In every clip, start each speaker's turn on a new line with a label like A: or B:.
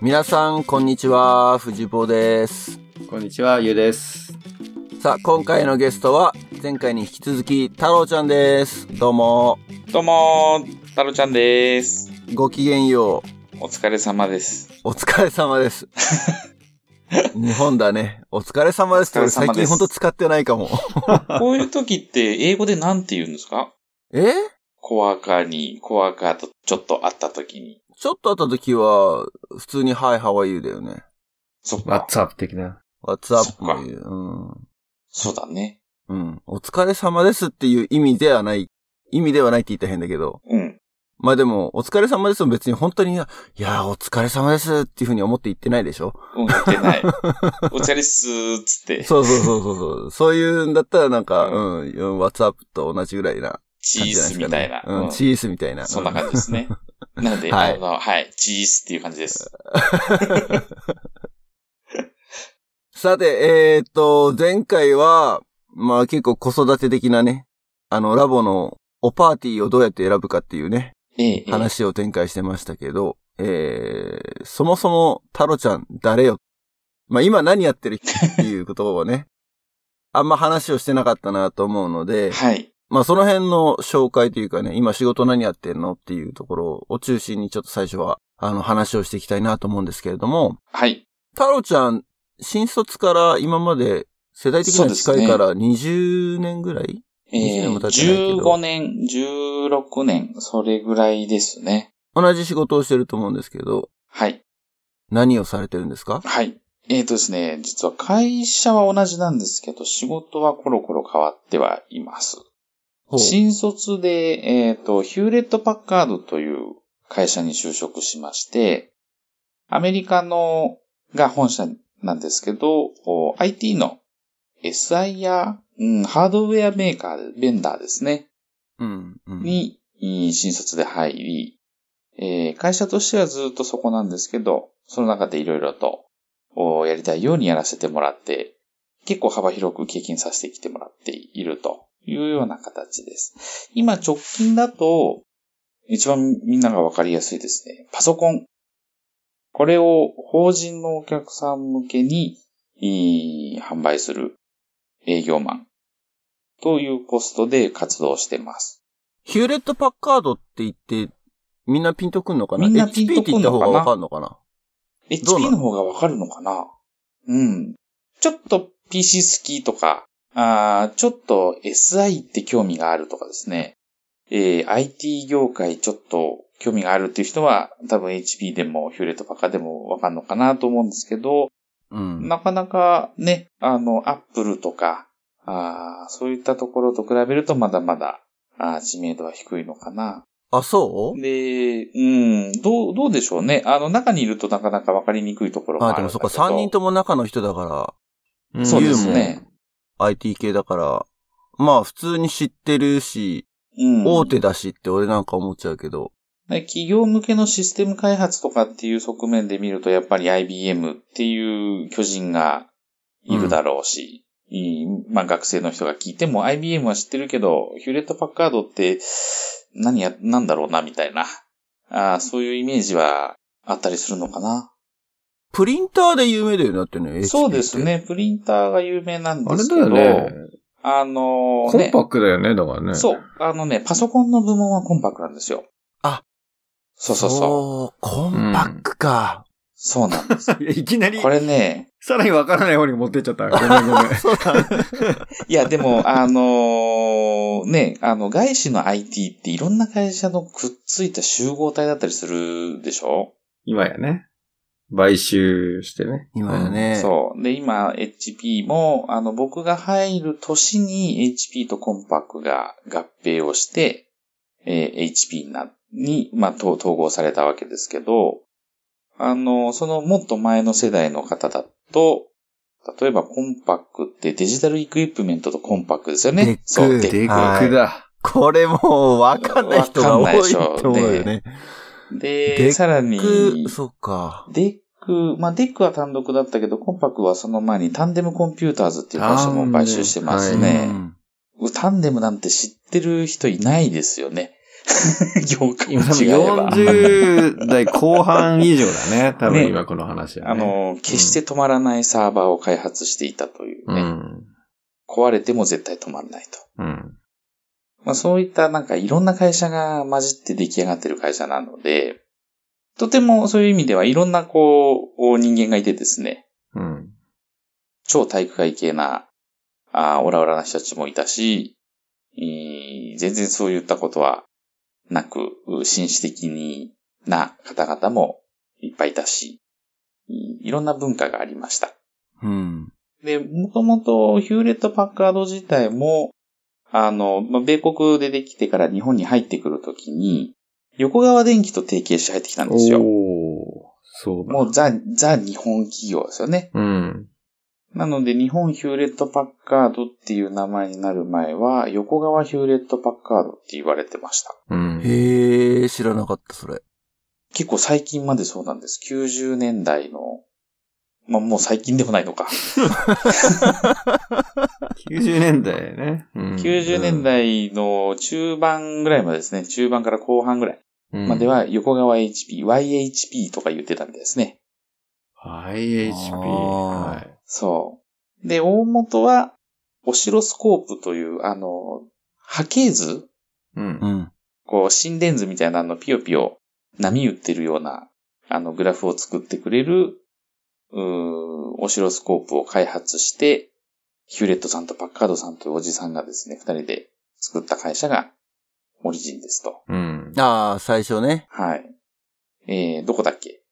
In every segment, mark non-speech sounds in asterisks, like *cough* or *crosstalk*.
A: 皆さん、こんにちは。藤坊です。
B: こんにちは、ゆうです。
A: さあ、今回のゲストは、前回に引き続き、太郎ちゃんです。どうも、
C: どうもー、太郎ちゃんでーす。
A: ごきげんよう。
C: お疲れ様
A: *laughs*
C: です。
A: お疲れ様です。日本だね。お疲れ様ですって俺
C: お疲
A: 最
C: れ様で
A: 近
C: す
A: ほんと使ってないかも。
C: こういう時って英語でなんて言うんですか
A: え
C: コワーカーに、コワーカーとちょっと会った時に。
A: ちょっと会った時は、普通に Hi, how are you だよね。
C: そっか。
B: WhatsApp 的な。
A: What's up?
C: そっか
A: っていう。うん。
C: そうだね。
A: うん。お疲れ様ですっていう意味ではない。意味ではないって言ったら変だけど。
C: うん。
A: まあでも、お疲れ様ですも別に本当に、いやー、お疲れ様ですっていうふうに思って言ってないでしょ
C: うん、言って
A: *laughs*
C: ない。お疲れっすーっつって。
A: そうそうそうそう
C: *laughs*
A: そう。そういうんだったらなんか、
C: う
A: うん、うん、What's up と同じぐらいな
C: チ
A: 感じ
C: ー
A: じゃないです
C: ス
A: か、ね。
C: みたいな。
A: う、
C: うんん
A: チーズみたいな。
C: そんな感じですね。なので、
A: はい
C: あの、はい、チースっていう感じです。
A: *laughs* さて、えー、っと、前回は、まあ結構子育て的なね、あの、ラボのおパーティーをどうやって選ぶかっていうね、
C: ええ、ええ
A: 話を展開してましたけど、えー、そもそも、タロちゃん誰よまあ今何やってるっていうことをね、 *laughs* あんま話をしてなかったなと思うので、
C: はい。
A: まあその辺の紹介というかね、今仕事何やってんのっていうところを中心にちょっと最初は、あの話をしていきたいなと思うんですけれども、
C: はい。
A: 太郎ちゃん、新卒から今まで世代的には近いから20年ぐらい、
C: え
A: 20年
C: え
A: も経ってないけど
C: 15年、16年、それぐらいですね。
A: 同じ仕事をしてると思うんですけど、
C: はい。
A: 何をされてるんですか
C: はい。えっ、とですね、実は会社は同じなんですけど、仕事はコロコロ変わってはいます。
A: ほう
C: 新卒で、えっ、と、ヒューレット・パッカードという会社に就職しまして、アメリカのが本社なんですけど、こう IT の SIR、うん、ハードウェアメーカー、ベンダーですね。
A: うん、うん。
C: に、いい新卒で入り、えー会社としてはずっとそこなんですけど、その中でいろいろと、おやりたいようにやらせてもらって、結構幅広く経験させてきてもらっているというような形です。今直近だと、一番みんながわかりやすいですね。パソコン。これを法人のお客さん向けに、いい販売する営業マンというポストで活動してます。
A: ヒューレット・パッカードって言って、みんなピンとくんのかな
C: みんなピンと
A: ?HP って
C: く
A: 言っ
C: ん
A: た
C: の
A: 方
C: かな
A: がわかんのかな
C: HP の方がわかるのかなうん。ちょっと PC 好きとか、あーちょっと SI って興味があるとかですね。えー IT 業界ちょっと興味があるっていう人は、多分 HP でもヒューレットパカでもわかるのかなと思うんですけど、
A: うん。
C: なかなかね、あの、Apple とか、あーそういったところと比べるとまだまだ、あー知名度は低いのかな
A: あ、そう
C: で、うん、どう、どうでしょうね。あの、中にいるとなかなか分かりにくいところもあ
A: あ、
C: る
A: で
C: ん
A: も
C: だけ
A: そっ
C: ど。
A: か、3人とも中の人だから。
C: そうで
A: ユ
C: す
A: ウ
C: ね。
A: IT 系だから、まあ普通に知ってるし、
C: うん。
A: 大手だしって俺なんか思っちゃうけど。
C: で企業向けのシステム開発とかっていう側面で見ると、やっぱり IBM っていう巨人がいるだろうし、いいまあ学生の人が聞いても IBM は知ってるけど、ヒューレット・パッカードって何や、なんだろうな、みたいな。あーそういうイメージはあったりするのかな。
A: プリンターで有名だよね、だってね。HP って
C: そうです。ね。プリンターが有名なん
B: あ
C: で
B: れ
C: すけ
B: だ
C: ど。
B: よね。
C: あの
B: コン
C: ね、
B: パクトだよね、だからね。
C: そう。あのね、パソコンの部門はコンパクトなんですよ。
A: あ。
C: そうそうそう。
A: う。コンパックか。
C: そうなんです。
B: *laughs* いやいきなり
C: こ、れね、
B: さらにわからない方に持ってっちゃ
C: *laughs*
B: った。ごめんごめん。
A: そうだね。
C: いや、でも、あのね、あの、外資の IT っていろんな会社のくっついた集合体だったりするでしょ
B: 今やね。買収してね。
A: 今やね。
C: そう。で、今、HP も、あの、僕が入る年に HP とコンパクが合併をして、えー HP な、に、まあ、と統合されたわけですけど、あの、そのもっと前の世代の方だと、例えばコンパクってデジタルイクイプメントとコンパクですよ
A: でっ
C: ね
A: く。
C: そ
A: で
C: う、
A: っ
C: で
A: く
B: うん。
A: はい
B: 楽だ。
A: これもう、わかんない人が多いと思うよね。で
C: で、さらに、
A: く、そっか。
C: デック、まあ、デックは単独だったけど、コンパクはその前にタンデムコンピューターズっていう会社も買収してます
B: タンデム
C: ね。タンデムなんて知ってる人いないですよね。業界
B: 今
C: も
B: 多分
C: 違えば。
B: 40代後半以上だ
C: *laughs*
B: ね。多分
C: ね
B: 今この話は、
C: あ
B: ね。
C: の、決して止まらないサーバーを開発していたというね。
B: うん。
C: 壊れても絶対止まらないと。
B: うん。
C: まあそういったなんかいろんな会社が混じって出来上がってる会社なので、とてもそういう意味ではいろんなこう、人間がいてですね、
B: うん。
C: 超体育会系な、あーオラオラな人たちもいたし、えー全然そういったことはなく、う紳士的にな方々もいっぱいいたし、いいろんな文化がありました。
A: うん。
C: で、もともとヒューレット・パッカード自体も、あの、まあ、米国でできてから日本に入ってくるときに、横川電機と提携して入ってきたんですよ。
B: おー、そうだ。
C: もうザ、ザ日本企業ですよね。
B: うん。
C: なので日本ヒューレット・パッカードっていう名前になる前は、横川ヒューレット・パッカードって言われてました。
B: うん。
A: へえ、知らなかった、それ。
C: 結構最近までそうなんです。90年代の、まあ、もう最近でもないのか。
B: 90年代ね。うん、
C: 90年代の中盤ぐらいまでですね。中盤から後半ぐらい。
B: うん
C: まで、は横川 HP、YHP とか言ってたみたいですね。
B: IHP。
A: あー
B: はい。
C: そう。で、大元は、オシロスコープという、あの、波形図
B: うん
A: う。ん。
C: こう、心電図みたいなのピヨピヨ波打ってるような、あの、グラフを作ってくれる、うーオシロスコープを開発して、ヒューレットさんとパッカードさんというおじさんがですね、二人で作った会社が、オリジンですと。
B: うん。
A: ああ、最初ね。
C: はい。えー、どこだっけ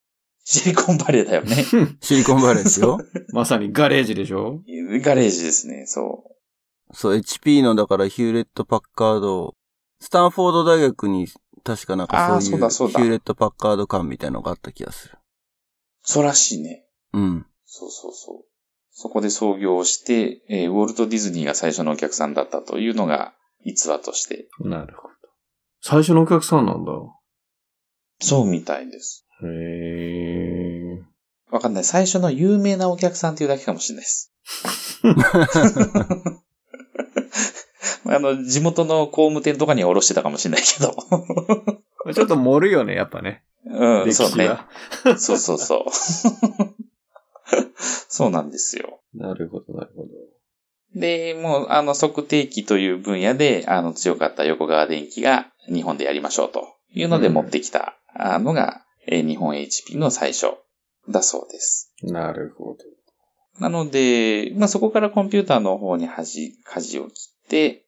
C: *laughs* シリコンバレーだよね。
A: シリコンバレーですよ。
B: まさにガレージでしょ
C: *laughs* ガレージですね、そ
A: そう、HP の、だからヒューレット・パッカード、スタンフォード大学に、確かなん
C: あ
A: かそうい
C: ー
A: う、
C: そうだそうだ
A: ヒューレット・パッカード館みたいなのがあった気がする。
C: う。そうらしいね。
A: うん。
C: そうそうそう。そこで創業して、えーウォルト・ディズニーが最初のお客さんだったというのが逸話として。
B: なるほど。最初のお客さんなんだ。
C: そうみたいです。
B: へえ。
C: わかんない。最初の有名なお客さんというだけかもしれな
B: *laughs*
C: いです。あの、地元の工務店とかにはおろしてたかもしれないけど。
B: まあちょっと盛るよね、やっぱね。
C: うん、
B: 歴
C: そう
B: 史
C: ね。
B: が。
C: そうそうそう。 *laughs* そうなんですよ。
B: なるほど、なるほど。
C: で、もう、あの、測定器という分野で、あの、強かった横川電機が日本でやりましょうというので
B: うん
C: 持ってきたあのが、えー日本 HP の最初だそうです。
B: なるほど。
C: なので、まあ、そこからコンピューターの方に端、舵を切って、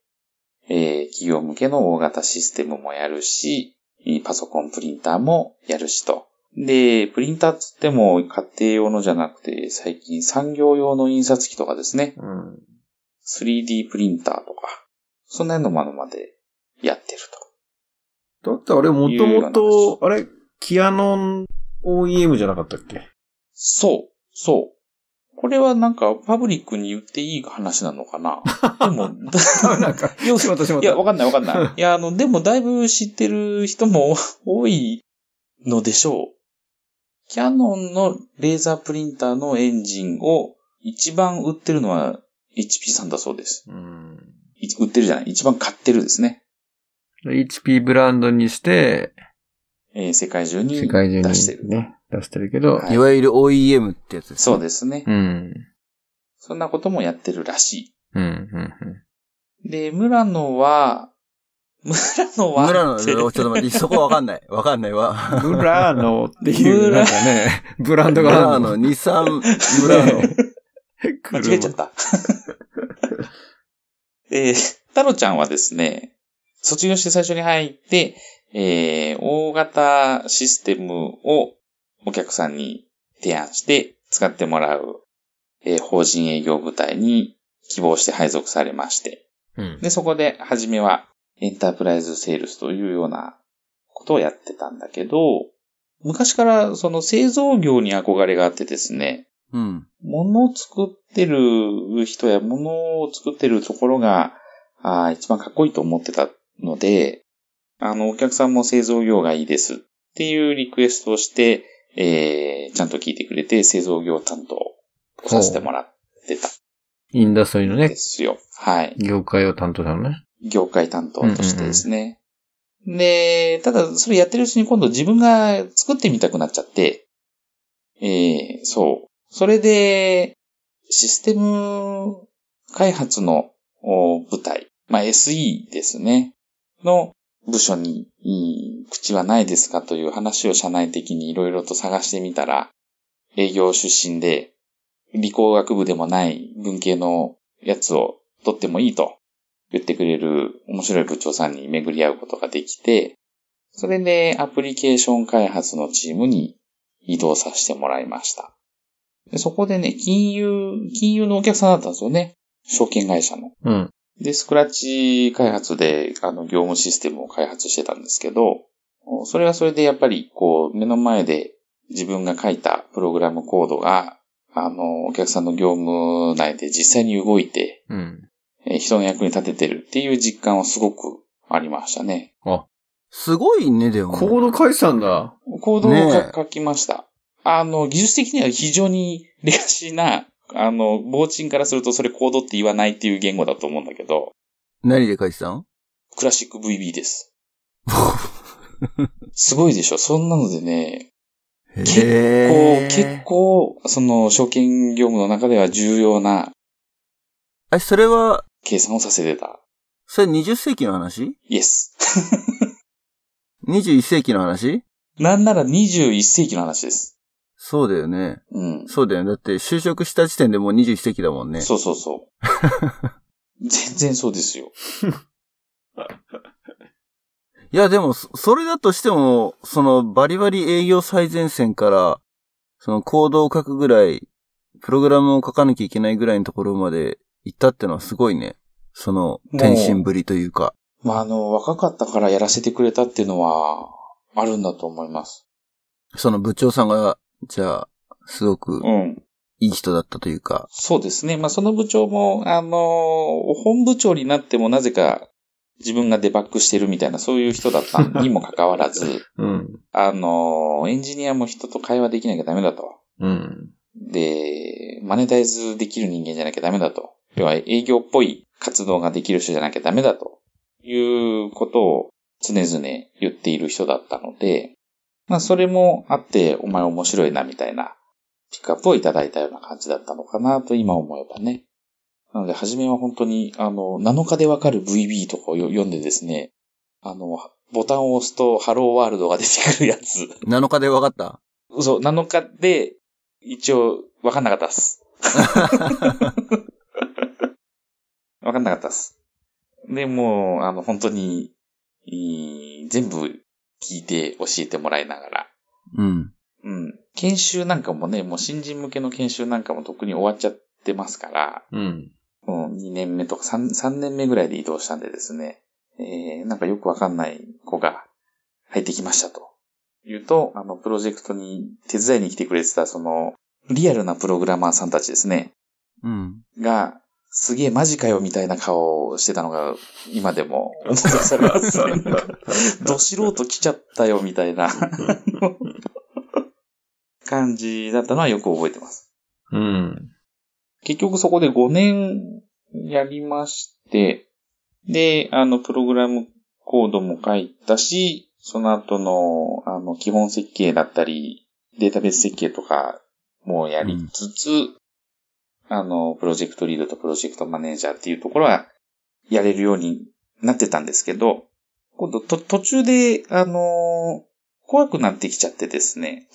C: えー企業向けの大型システムもやるし、えーパソコンプリンターもやるしと。で、プリンターっつっても家庭用のじゃなくて、最近産業用の印刷機とかですね。
B: うん。
C: 3D プリンターとか、そんなのまのまでやってる
B: だってあれ、もと
C: いうような
B: も
C: 話
B: と、あれ、キアノン OEM じゃなかったっけ
C: そう、そう。これはなんか、パブリックに言っていい話なのかなでも、
B: ダメ *laughs* なんか。 *laughs*
C: いや
B: しまったしまっ
C: い
B: た。
C: や、わかんないわか
B: *laughs*
C: んない。いや、あの、でもだいぶ知ってる人も *laughs* 多いのでしょう。キャノンのレーザープリンターのエンジンを一番売ってるのは HP さんだそうです。
B: うん。
C: い売ってるじゃない一番買ってるですね。
B: HP ブランドにして、
C: えー世界中に
B: 世界中に
C: 出してる。
B: ね、出してるけど、
C: はい
A: いわゆる OEM ってやつです
C: そ
A: ね。
C: うですね。
B: うん。
C: そんなこともやってるらし
B: うん、うん、
C: い。で、村野は、村野は
A: 村の、
C: っ
A: ち
C: て
A: ょっと待って、そこわかんない。わかんない
C: *laughs*
A: わ。
B: うん。ブラーノっていう、
C: ブラ
B: なんかね、ブランド
A: 村
B: がある
A: の
B: の。
A: 2、3、村
C: *laughs*
A: の。
B: 車
C: 間違えちゃった。 *laughs* えー、太郎ちゃんはですね、卒業して最初に入って、えー、大型システムをお客さんに提案して使ってもらう、えー法人営業部隊に希望して配属されまして、
B: うん。
C: で、そこで、初めは、エンタープライズセールスというようなことをやってたんだけど、昔からその製造業に憧れがあってですね、
A: うん。
C: 物を作ってる人や物を作ってるところが、あー一番かっこいいと思ってたので、あの、お客さんも製造業がいいですっていうリクエストをして、えー、ちゃんと聞いてくれて、製造業担当をさせてもらってた
B: インダストリーの
C: ん
B: ね
C: で、すよ。はい。
B: 業界を担当したのね。
C: 業界担当としてですね。で、ただ、それやってるうちに今度自分が作ってみたくなっちゃって、えー、そう。それで、システム開発のお部隊、まあ、SE ですね、の部署に、いい口はないですかという話を社内的にいろいろと探してみたら、営業出身で、理工学部でもない文系のやつを取ってもいいと言ってくれる面白い部長さんに巡り合うことができて、それでアプリケーション開発のチームに移動させてもらいました。でそこでね、金融、金融のお客さんだったんですよね。証券会社の。
B: うん。
C: で、スクラッチ開発で、あの、業務システムを開発してたんですけど、おそれはそれでやっぱり、こう、目の前で自分が書いたプログラムコードが、あの、お客さんの業務内で実際に動いて、
B: うん。
C: えー人の役に立ててるっていう実感はすごくありましたね。
A: すごいね、でも。
B: コード解散だ。
C: 行動をか
A: ねえ
C: 書きました。あの、技術的には非常にレアシーな、あの、傍鎮からするとそれコードって言わないっていう言語だと思うんだけど、
A: 何で書いてたん
C: クラシック VB
A: *laughs*
C: です。すごいでしょそんなのでね、
A: へ
C: こう
A: え。
C: 結構、その、証券業務の中では重要な
A: え、それは、
C: 計算をさせてた。
A: それ20世紀の話
C: イエス。
A: ?21 世紀の話
C: *laughs* なんなら21世紀の話です。
A: そうだよね。
C: うん。
A: そうだよね。だって就職した時点でもう21世紀だもんね。
C: そうそう *laughs* そう。全然そうですよ。
A: いや、でも、そそれだとしても、その、バリバリ営業最前線から、その、コードを書くぐらい、プログラムを書かなきゃいけないぐらいのところまで行ったってのはすごいね。その、転身ぶりというか。
C: まあ、あの、若かったからやらせてくれたっていうのは、あるんだと思います。
A: その部長さんが、じゃあ、すごく
C: うん。
A: いい人だったというか。
C: そうですね。まあ、その部長も、あの、本部長になってもなぜか自分がデバッグしてるみたいな、そういう人だったにもかかわら *laughs* ず、
B: うん。
C: あの、エンジニアも人と会話できなきゃダメだと。
B: うん。
C: で、マネタイズできる人間じゃなきゃダメだと。要は営業っぽい活動ができる人じゃなきゃダメだと。いうことを常々言っている人だったので、まあそれもあって、お前面白いなみたいなピックアップをいただいたような感じだったのかなと今思えばね。なので、初めは本当に、あの、7日でわかる VB とかをよ読んでですね、あの、ボタンを押すとハローワールドが出てくるやつ。
A: 7日で分かった
C: そう、7日で、一応、わかんなかったっす。わかんなかったっす。で、もう、あの、本当に、いい全部聞いて教えてもらいながら。
A: うん。
C: うん。研修なんかもね、もう新人向けの研修なんかも特に終わっちゃってますから、
B: うん。
C: もう2年目とか 3, 3年目ぐらいで移動したんでですね、えー、なんかよくわかんない子が入ってきましたと。言うと、あの、プロジェクトに手伝いに来てくれてた、その、リアルなプログラマーさんたちですね、
A: うん。
C: が、すげえマジかよみたいな顔をしてたのが、今でも思い出され *laughs* ますね。なんかど素人来ちゃったよみたいな感じだったのはよく覚えてます。
B: うん。
C: 結局そこで5年やりまして、で、あの、プログラムコードも書いたし、その後の、あの、基本設計だったり、データベース設計とかもやりつつ、あの、プロジェクトリードとプロジェクトマネージャーっていうところはやれるようになってたんですけど、今度と、途中で、あの怖くなってきちゃってですね。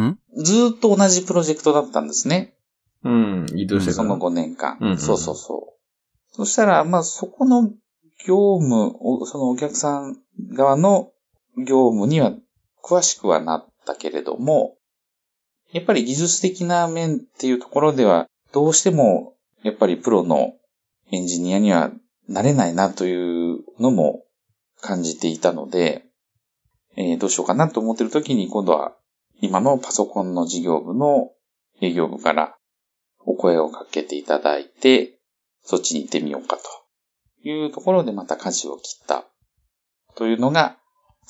A: ん
C: ずーっと同じプロジェクトだったんですね。
B: うん。移動して
C: そ
B: か
C: の
B: ら。
C: 5年間。
B: うんうん
C: そうそうそう。そしたら、まあ、そこの業務を、そのお客さん側の業務には詳しくはなったけれども、やっぱり技術的な面っていうところでは、どうしても、やっぱりプロのエンジニアにはなれないなというのも感じていたので、えーどうしようかなと思ってる時に、今度は今のパソコンの事業部の営業部からお声をかけていただいて、そっちに行ってみようかというところでまた舵を切ったというのが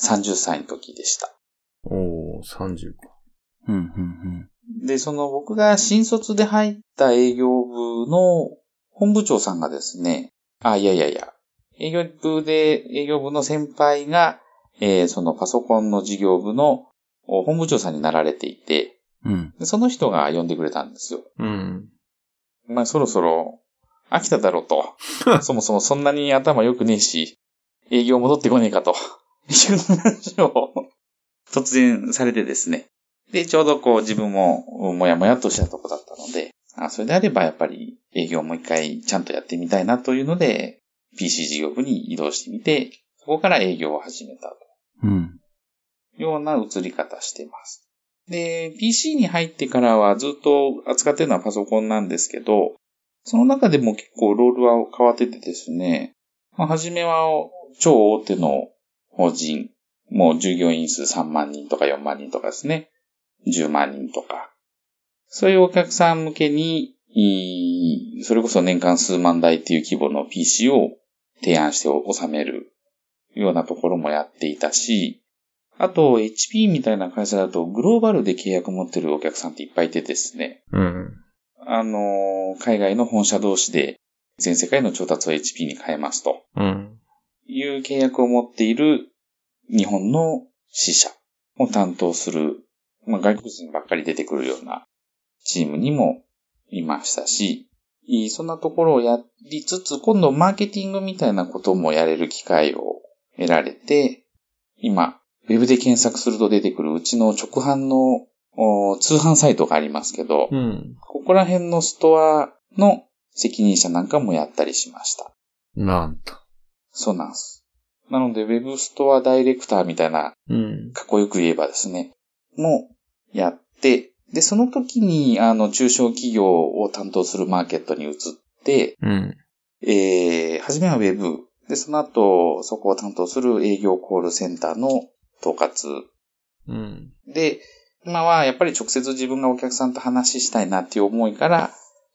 C: 30歳の時でした。
B: おお30か。
A: うん、うん、
C: で、その僕が新卒で入った営業部の本部長さんがですね、あ、いやいやいや、営業部で、営業部の先輩が、えーそのパソコンの事業部のお本部長さんになられていて、
A: うん。
C: でその人が呼んでくれたんですよ。
B: うん。
C: まあそろそろ飽きただろうと。そもそもそんなに頭良くねえし、営業戻ってこねえかと。いう話を突然されてですね。で、ちょうどこう自分ももやもやっとしたとこだったので、あそれであればやっぱり営業もう一回ちゃんとやってみたいなというので、PC 事業部に移動してみて、そこから営業を始めたと
A: うん。
C: いうような移り方してます。で、PC に入ってからはずっと扱ってるのはパソコンなんですけど、その中でも結構ロールは変わっててですね、まあ、初めは超大手の法人、もう従業員数3万人とか4万人とかですね、10万人とか、そういうお客さん向けに、いいそれこそ年間数万台っていう規模の PC を提案して収めるようなところもやっていたし、あと、HP みたいな会社だと、グローバルで契約持ってるお客さんっていっぱいいてですね、
B: うん。
C: あのー海外の本社同士で、全世界の調達を HP に変えますと
B: うん。
C: いう契約を持っている日本の支社を担当する、まあ、外国人ばっかり出てくるようなチームにもいましたし、いいそんなところをやりつつ、今度マーケティングみたいなこともやれる機会を得られて、今、ウェブで検索すると出てくるうちの直販のお通販サイトがありますけど、
B: うん。
C: ここら辺のストアの責任者なんかもやったりしました。
B: なんと。
C: そうなんです。なので、ウェブストアダイレクターみたいな、
B: うん。
C: かっこよく言えばですね、もやって、で、その時に、あの、中小企業を担当するマーケットに移って、
B: うん。
C: えー、初めはウェブ、で、その後、そこを担当する営業コールセンターの統括。
B: うん。
C: で、今はやっぱり直接自分がお客さんと話したいなっていう思いから、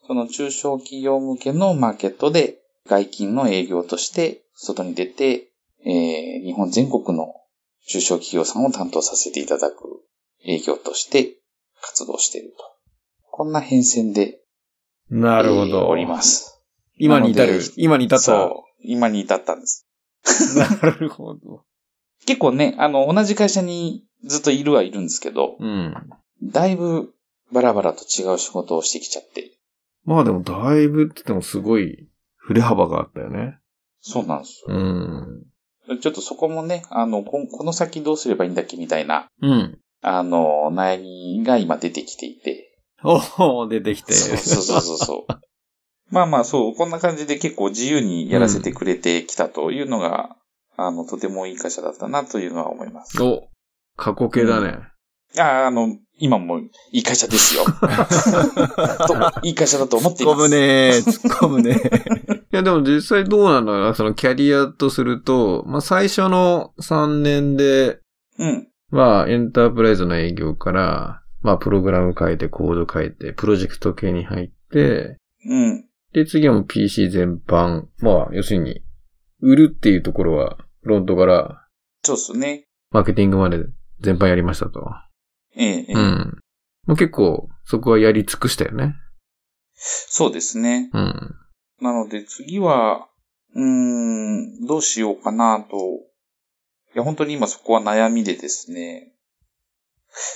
C: その中小企業向けのマーケットで外勤の営業として外に出て、えー日本全国の中小企業さんを担当させていただく営業として活動していると。こんな変遷で、
B: なるほ
C: えー
B: ど。
C: おります。
B: 今に至る
C: なので。
B: 今に至った。
C: そう。今に至ったんです。
B: *laughs* なるほど。
C: 結構ね、あの、同じ会社にずっといるはいるんですけど、
B: うん。
C: だいぶバラバラと違う仕事をしてきちゃって、
B: まあでも、だいぶって言ってもすごい、振れ幅があったよね。
C: そうなんですよ。
B: うん。
C: ちょっとそこもね、あの、こんこの先どうすればいいんだっけみたいな、
B: うん。
C: あの、悩みが今出てきていて。
B: おお出てきて。
C: そうそうそうそう。まあまあそう、 *laughs* こんな感じで結構自由にやらせてくれてきたというのが、あの、とてもいい会社だったなというのは思います。
B: お、過去形だね。
C: いや、あの、今もいい会
A: *laughs*
C: 社ですよ。といい会社だと思ってい
A: 突っ
C: ま
A: 込む
C: す。
A: ねー突っ込むねー *laughs*
B: いや、でも実際どうなのよそのキャリアとすると、まあ最初の3年で、
C: うん。
B: まあエンタープライズの営業から、まあプログラム書いて、コード書いて、プロジェクト系に入って、
C: うん。
B: で、次はもう PC 全般。まあ、要するに、売るっていうところは、フロントから、
C: そうっすね。
B: マーケティングまで全般やりましたと。
C: ええ、ええ
B: うん。もう結構、そこはやり尽くしたよね。
C: そうですね。
B: うん。
C: なので次は、うーん、どうしようかなと。いや、本当に今そこは悩みでですね。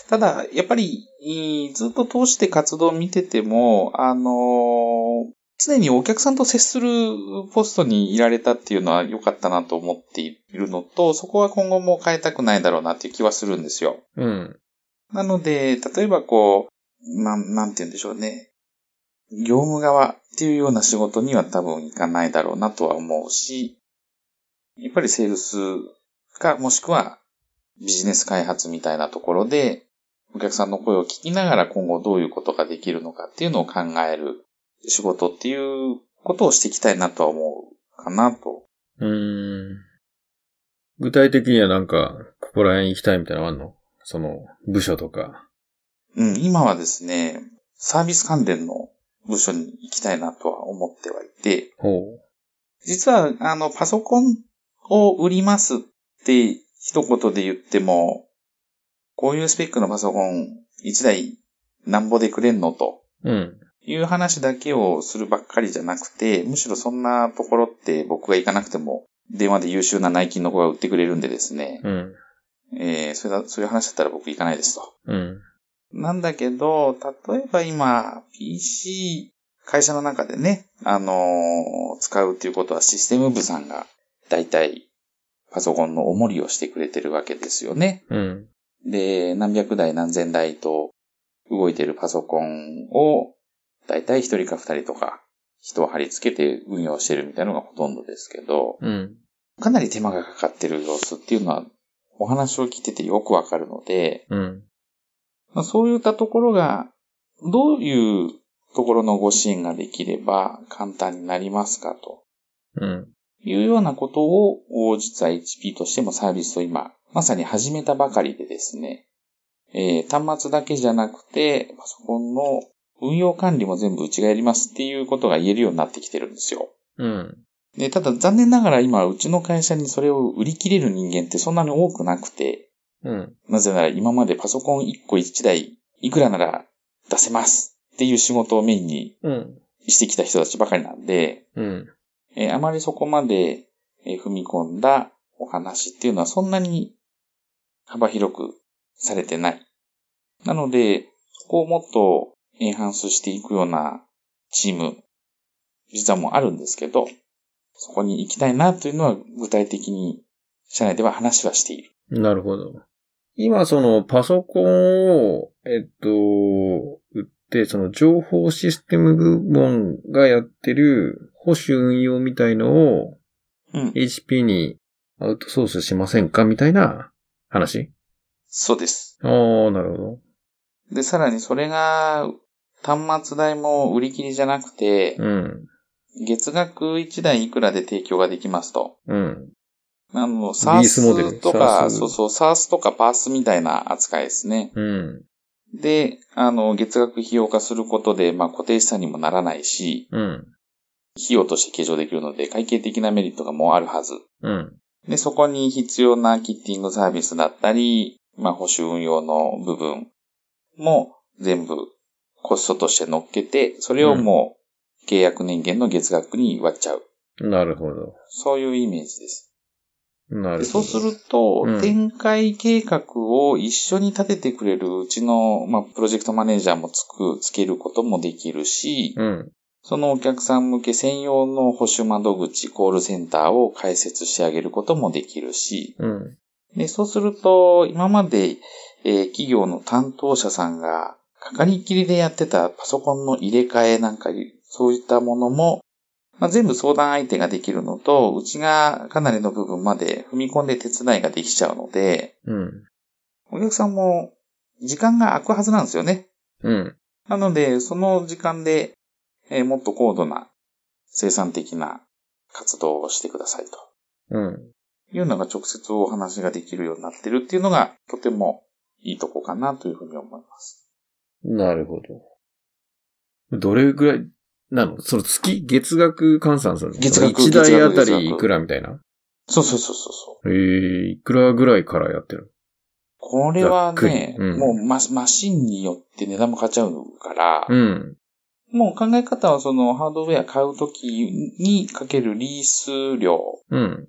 C: ただ、やっぱり、いいずっと通して活動を見てても、あのー常にお客さんと接するポストにいられたっていうのは良かったなと思っているのと、そこは今後も変えたくないだろうなっていう気はするんですよ。
B: うん。
C: なので、例えばこう、なん、なんて言うんでしょうね。業務側っていうような仕事には多分いかないだろうなとは思うし、やっぱりセールスか、もしくはビジネス開発みたいなところで、お客さんの声を聞きながら今後どういうことができるのかっていうのを考える仕事っていうことをしていきたいなとは思うかなと。
B: うん。具体的にはなんか、ここら辺行きたいみたいなのあんのその、部署とか。
C: うん、今はですね、サービス関連の部署に行きたいなとは思ってはいて、
B: ほ
C: 実は、あの、パソコンを売りますって一言で言っても、こういうスペックのパソコン1台なんぼでくれんのと
B: う。うん。
C: いう話だけをするばっかりじゃなくて、むしろそんなところって僕が行かなくても電話で優秀な内勤の子が売ってくれるんでですね、
B: うん。
C: えー、それだ、そういう話だったら僕行かないですと。
B: うん。
C: なんだけど、例えば今、PC、会社の中でね、あのー使うっていうことはシステム部さんが、だいたいパソコンのおもりをしてくれてるわけですよね。
B: うん。
C: で、何百台何千台と動いてるパソコンを、だいたい一人か二人とか、人を貼り付けて運用してるみたいなのがほとんどですけど、
B: うん。
C: かなり手間がかかってる様子っていうのは、お話を聞いててよくわかるので、
B: うん。
C: まあ、そういったところが、どういうところのご支援ができれば簡単になりますかと
B: うん。
C: いうようなことを、実は HP としてもサービスを今、まさに始めたばかりでですね、えー端末だけじゃなくて、パソコンの運用管理も全部うちがやりますっていうことが言えるようになってきてるんですよ。
B: うん。
C: で、ただ残念ながら今、うちの会社にそれを売り切れる人間ってそんなに多くなくて、
B: うん。
C: なぜなら今までパソコン1個1台、いくらなら出せますっていう仕事をメインに
B: うん。
C: してきた人たちばかりなんで、
B: うん。
C: えーあまりそこまで、えー踏み込んだお話っていうのはそんなに幅広くされてない。なので、そこをもっとエンハンスしていくようなチーム、実はもうあるんですけど、そこに行きたいなというのは具体的に社内では話はしている。
B: なるほど。今、その、パソコンを、えっと、売って、その、情報システム部門がやってる保守運用みたいのを
C: うん。
B: HP にアウトソースしませんかみたいな話
C: そうです。
B: ああ、なるほ
C: で、さらにそれが、端末代も売り切りじゃなくて
B: ど。う、ん。
C: 月額1台いくらで提供ができますと。
B: うん。
C: あの、サー
B: BS モデル
C: スとか、
B: SaaS
C: そうそう、サースとかパースみたいな扱いですね。
B: うん。
C: で、あの、月額費用化することで、まあ、固定資産にもならないし、
B: うん。
C: 費用として計上できるので、会計的なメリットがもうあるはず。
B: うん。
C: で、そこに必要なキッティングサービスだったり、まあ、保守運用の部分も全部コストとして乗っけて、それをもう契約年限の月額に割っちゃう。
B: なるほど。
C: そういうイメージです。
B: なるほ
C: で
B: ど。
C: そうすると、
B: うん
C: 展開計画を一緒に立ててくれるうちの、まあ、プロジェクトマネージャーもつく、つけることもできるし、
B: うん。
C: そのお客さん向け専用の保守窓口、コールセンターを開設してあげることもできるし、
B: うん。
C: で、そうすると、今まで、えー企業の担当者さんが、かかりきりでやってたパソコンの入れ替えなんか、そういったものも、まあ、全部相談相手ができるのと、うちがかなりの部分まで踏み込んで手伝いができちゃうので、
B: うん。
C: お客さんも時間が空くはずなんですよね。
B: うん。
C: なので、その時間で、えーもっと高度な生産的な活動をしてくださいと。
B: うん。
C: いうのが直接お話ができるようになってるっていうのが、とてもいいとこかなというふうに思います。
B: なるほど。どれぐらいなのその月、月額換算するの
C: 月額
B: 1台あた
C: 月額
B: りいくらみたいな
C: そうそうそうそうそう。
B: えー、いくらぐらいからやってる
C: これは
B: ざっ
C: ね、
B: くりうん
C: もうママシンによって値段も変わっちゃうから、
B: のうん。
C: もう考え方はそのハードウェア買うときにかけるリース料
B: うん。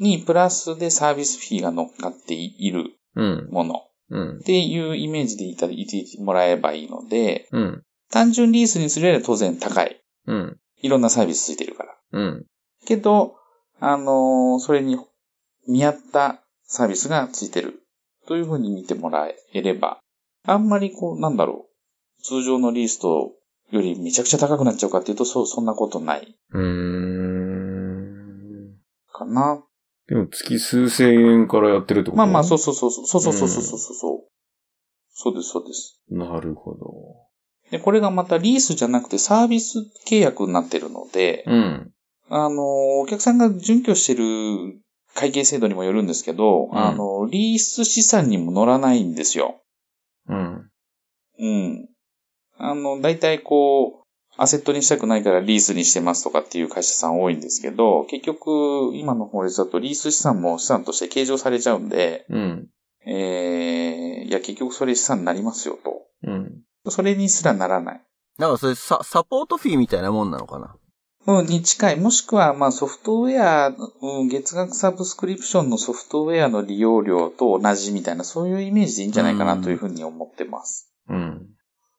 C: にプラスでサービスフィーが乗っかっている
B: うん。
C: もの
B: うん
C: っ。ていうイメージでいただいてもらえばいいので、
B: うん。
C: 単純リースにするよりは当然高い。
B: うん。
C: いろんなサービスついてるから。
B: うん。
C: けど、あのーそれに見合ったサービスがついてる。というふうに見てもらえれば、あんまりこう、なんだろう。通常のリーストよりめちゃくちゃ高くなっちゃうかっていうと、そう、そんなことないう
B: ーん。
C: かな。
B: でも月数千円からやってるってこと。
C: まあまあ、そううそうそう、そうそうそうそうそうそうそう。そうです、そうです。
B: なるほど。
C: で、これがまたリースじゃなくてサービス契約になってるので、
B: うん。
C: あのーお客さんが準拠してる会計制度にもよるんですけど、
B: うん
C: あのーリース資産にも乗らないんですよ。
B: うん。
C: うん。あの、大体こう、アセットにしたくないからリースにしてますとかっていう会社さん多いんですけど、結局、今の法律だとリース資産も資産として計上されちゃうんで、
B: うん。
C: えー、いや、結局それ資産になりますよと。
B: うん。
C: それにすらならない。
A: なんかそれサ、サポートフィーみたいなもんなのかな
C: うん、に近い。もしくは、まあ、ソフトウェア、うん、月額サブスクリプションのソフトウェアの利用料と同じみたいな、そういうイメージでいいんじゃないかなというふうに思ってます。
B: うん。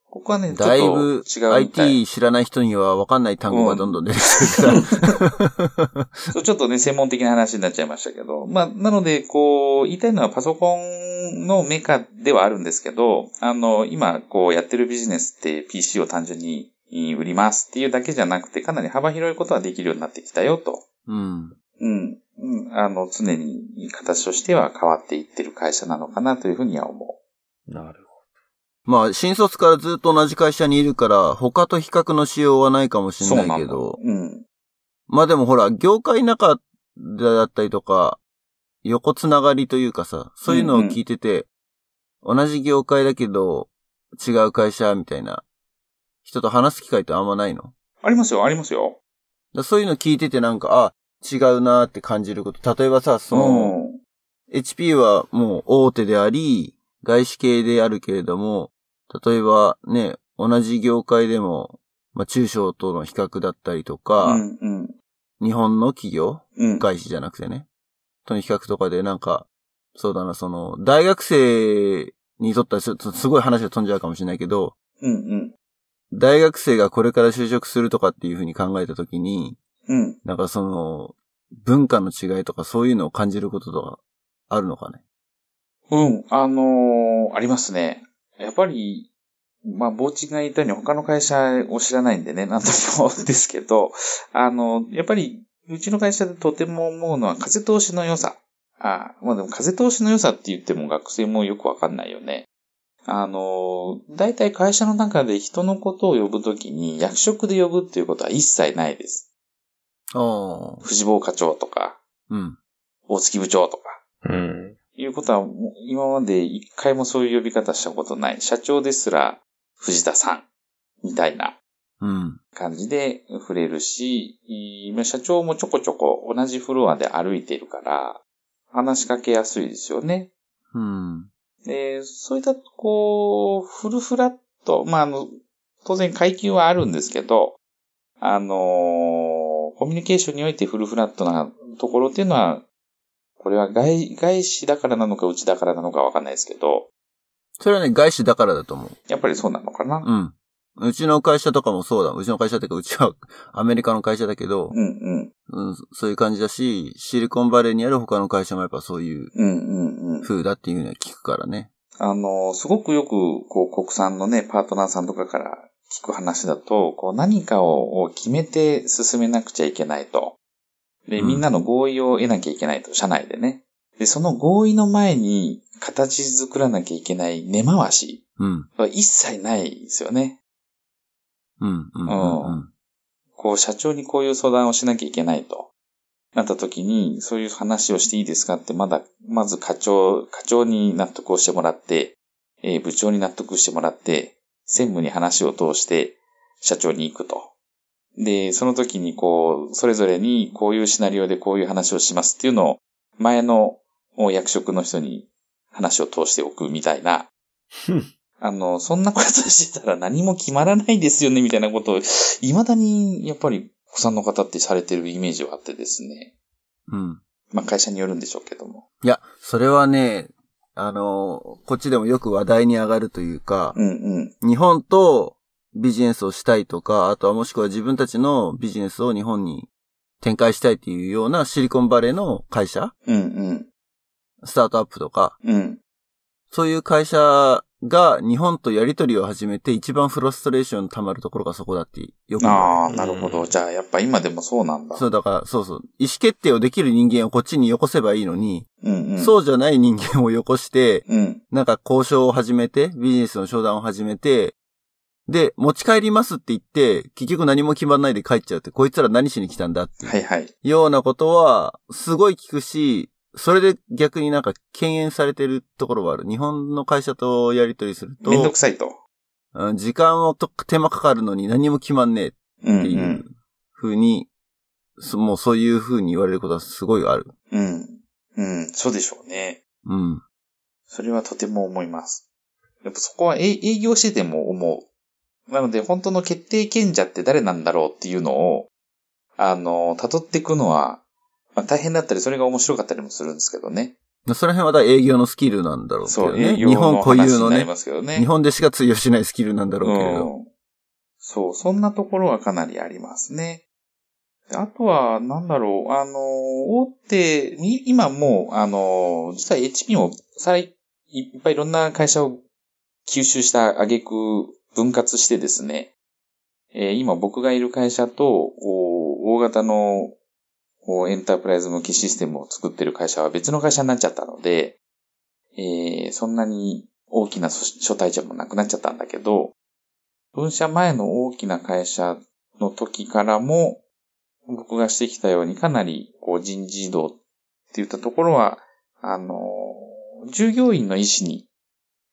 C: ここはね、ちょっ
A: だいぶ
C: と違うみたい。
A: IT 知らない人には分かんない単語がどんどん出てくるから。
C: そうちょっとね、専門的な話になっちゃいましたけど。まあ、なので、こう、言いたいのはパソコンのメーカーではあるんですけど、あの、今、こう、やってるビジネスって PC を単純にうん売りますっていうだけじゃなくて、かなり幅広いことはできるようになってきたよと。
A: *laughs* うん。
C: うん。うんあの、常に形としては変わっていってる会社なのかなというふうには思
B: なる
A: まあ、新卒からずっと同じ会社にいるから、他と比較のしようはないかも
C: う。
A: し
C: そう
A: れな
C: な
A: んい
C: だ
A: けど。
C: うん。
A: まあでもほら、業界中だったりとか、横つながりというかさ、そういうのを聞いてて、同じ業界だけど、違う会社みたいな、人と話す機会ってあんまないのだか
C: ありますよ、ありますよ。
A: らそういうの聞いててなんか、あ、違うなーって感じること。例えばさ、その、
C: ん。
A: HP はもう大手であり、外資系であるけれども、例えばね、同じ業界でも、まあ中小との比較だったりとか、
C: うん、うん。
A: 日本の企業
C: うん。
A: 外資じゃなくてね。との比較とかでなんか、そうだな、その、大学生にとったらちょっとすごい話が飛んじゃうかもしれないけど、
C: うん、うん。
A: 大学生がこれから就職するとかっていうふうに考えたときに、
C: うん。
A: なんかその、文化の違いとかそういうのを感じることとかあるのかね。
C: うん。あのーありますね。やっぱり、まあ、傍地が言ったように他の会社を知らないんでね、なんともですけど、あの、やっぱり、うちの会社でとても思うのは風通しの良さ。あまあでも風通しの良さって言っても学生もよくわかんないよね。あの、大体会社の中で人のことを呼ぶときに役職で呼ぶっていうことは一切ないです。
A: ああ。
C: 藤坊課長とか、
A: うん。
C: 大月部長とか。
B: ほど。うん。
C: いうことは、もう今まで一回もそういう呼び方したことない。社長ですら、藤田さん、みたいな
A: うん。
C: 感じで触れるし、いまあ社長もちょこちょこ同じフロアで歩いてるから、話しかけやすいですよね。
A: うん。
C: で、そういった、こう、フルフラット、まあ、あの、当然階級はあるんですけど、あのーコミュニケーションにおいてフルフラットなところっていうのは、これは外、外資だからなのか、うちだからなのかわかんないですけど、
A: それはね、外資だからだと思う。
C: やっぱりそうなのかな。
A: うん。うちの会社とかもそうだ。うちの会社っていうか、うちは *laughs* アメリカの会社だけど、
C: うんうん。
A: うん、そういう感じだし、シリコンバレーにある他の会社もやっぱそういう
C: うんうんうん。
A: 風だっていうのは聞くからね。
C: あの、すごくよく、こう、国産のね、パートナーさんとかから聞く話だと、こう、何かをを決めて進めなくちゃいけないと。で、
A: うん
C: みんなの合意を得なきゃいけないと、社内でね。で、その合意の前に、形作らなきゃいけない根回し
A: うん。
C: は一切ないですよね。
A: うん。うん。
C: あ
A: うん
C: こう、社長にこういう相談をしなきゃいけないと。なった時に、そういう話をしていいですかって、まだ、まず課長、課長に納得をしてもらって、えー部長に納得してもらって、専務に話を通して、社長に行くと。で、その時にこう、それぞれにこういうシナリオでこういう話をしますっていうのを、前のお役職の人に話を通しておくみたいな。あの、そんなことしてたら何も決まらないですよねみたいなことを未だに、やっぱり、お子さんの方ってされてるイメージはあってですね。
A: うん。うん。
C: まあ、会社によるんでしょうけども。
A: いや、それはね、あの、こっちでもよく話題に上がるというか、
C: うんうん。
A: 日本とビジネスをしたいとか、あとはもしくは自分たちのビジネスを日本に展開したいっていうようなシリコンバレーの会社、
C: うん
A: スタートアップとか、
C: うん。うん。
A: そういう会社が日本とやりとりを始めて一番フロストレーション溜まるところがそこだってよく言う
C: ああ、なるほ
B: う
C: ど。
B: ん
C: じゃあ、やっぱ今でもそうなんだ。
A: そう、だから、そうそう。意思決定をできる人間をこっちによこせばいいのに、
C: うんうん。う。
A: そうじゃない人間をよこして、
C: うん。
A: なんか交渉を始めて、ビジネスの商談を始めて、で、持ち帰りますって言って、結局何も決まんないで帰っちゃうって、こいつら何しに来たんだってい
C: は
A: う
C: いはい。
A: ようなことは、すごい聞くし、それで逆になんか敬遠されてるところはある。日本の会社とやりとりすると
C: めん、どくさいと。
A: うん時間をと手間かかるのに何も決まんねえ
C: うん
A: って
C: う。
A: いうん風に、そもうそういう風に言われることはすごいある。
C: うん。うん。そうでしょうね。
A: うん。
C: それはとても思います。やっぱそこはえ営業してても思う。なので、本当の決定権者って誰なんだろうっていうのを、あの、辿っていくのは、まあ、大変だったり、それが面白かったりもするんですけどね。
A: まあその辺はだから営業のスキルなんだろうけ
C: そ
A: ど
C: う、
A: ね。
C: 営業
A: 日本
C: の
A: 固有
C: 話に
A: の
C: なり
A: ね
C: ますけどね。
A: 日本でしか通用しないスキルなんだろうけれど。
C: うん。そう、そんなところはかなりありますね。であとは、なんだろう、あの、大手に、今もう、あの、実は HP も、さらいいっぱいいろんな会社を吸収した挙句、分割してですね、えー今僕がいる会社と、お大型のおエンタープライズ向きシステムを作ってる会社は別の会社になっちゃったので、えーそんなに大きな組所帯じゃもなくなっちゃったんだけど、分社前の大きな会社の時からも、僕がしてきたようにかなりこう人事異動って言ったところは、あのー、従業員の意思に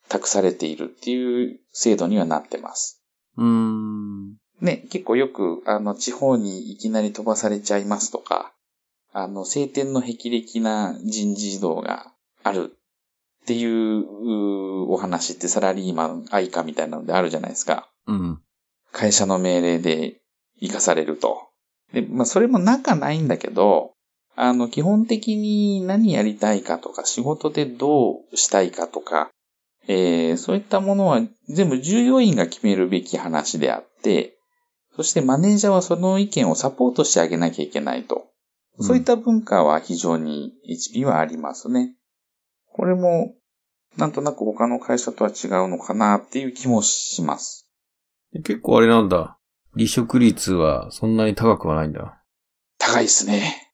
C: 託されているっていう制度にはなってます。
A: うーん。
C: ね、結構よく、あの、地方にいきなり飛ばされちゃいますとか、あの、晴天の霹靂な人事異動があるっていううお話ってサラリーマン愛花みたいなのであるじゃないですか。
A: うん。
C: 会社の命令で生かされると。で、まあ、それも仲ないんだけど、あの、基本的に何やりたいかとか、仕事でどうしたいかとか、えー、そういったものは全部従業員が決めるべき話であって、そしてマネージャーはその意見をサポートしてあげなきゃいけないと。そういった文化は非常に HP はありますね。これも、なんとなく他の会社とは違うのかなっていう気もします。
B: 結構あれなんだ。離職率はそんなに高くはないんだ。
C: 高いですね。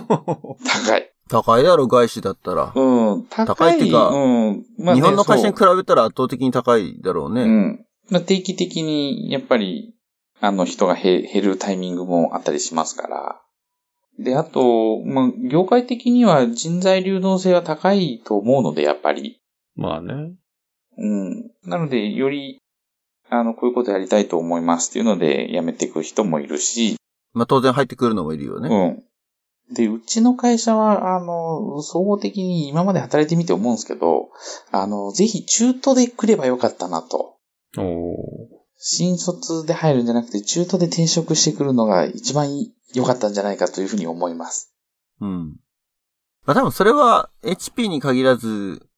C: 高い。
A: 高いだろ、外資だったら。
C: うん、高い。
A: 高いっていうか
C: うん。まあね
A: 日本の会社に比
C: そう
A: べたら圧倒的に高いだろうね。
C: うん。まあ、定期的に、やっぱり、あの、人が減減るタイミングもあったりしますから。で、あと、まあ、業界的には人材流動性は高いと思うので、やっぱり。
B: まあね。
C: うん。なので、より、あの、こういうことやりたいと思いますっていうので、辞めていく人もいるし、
A: まあ当然入ってくるのもいるよね。
C: うん。で、うちの会社は、あの、総合的に今まで働いてみて思うんですけど、あの、ぜひ中途で来ればよかったなと。
B: お
C: 新卒で入るんじゃなくて、中途で転職してくるのが一番良かったんじゃないかというふうに思います。
A: うん。まあ多分それは HP に限らず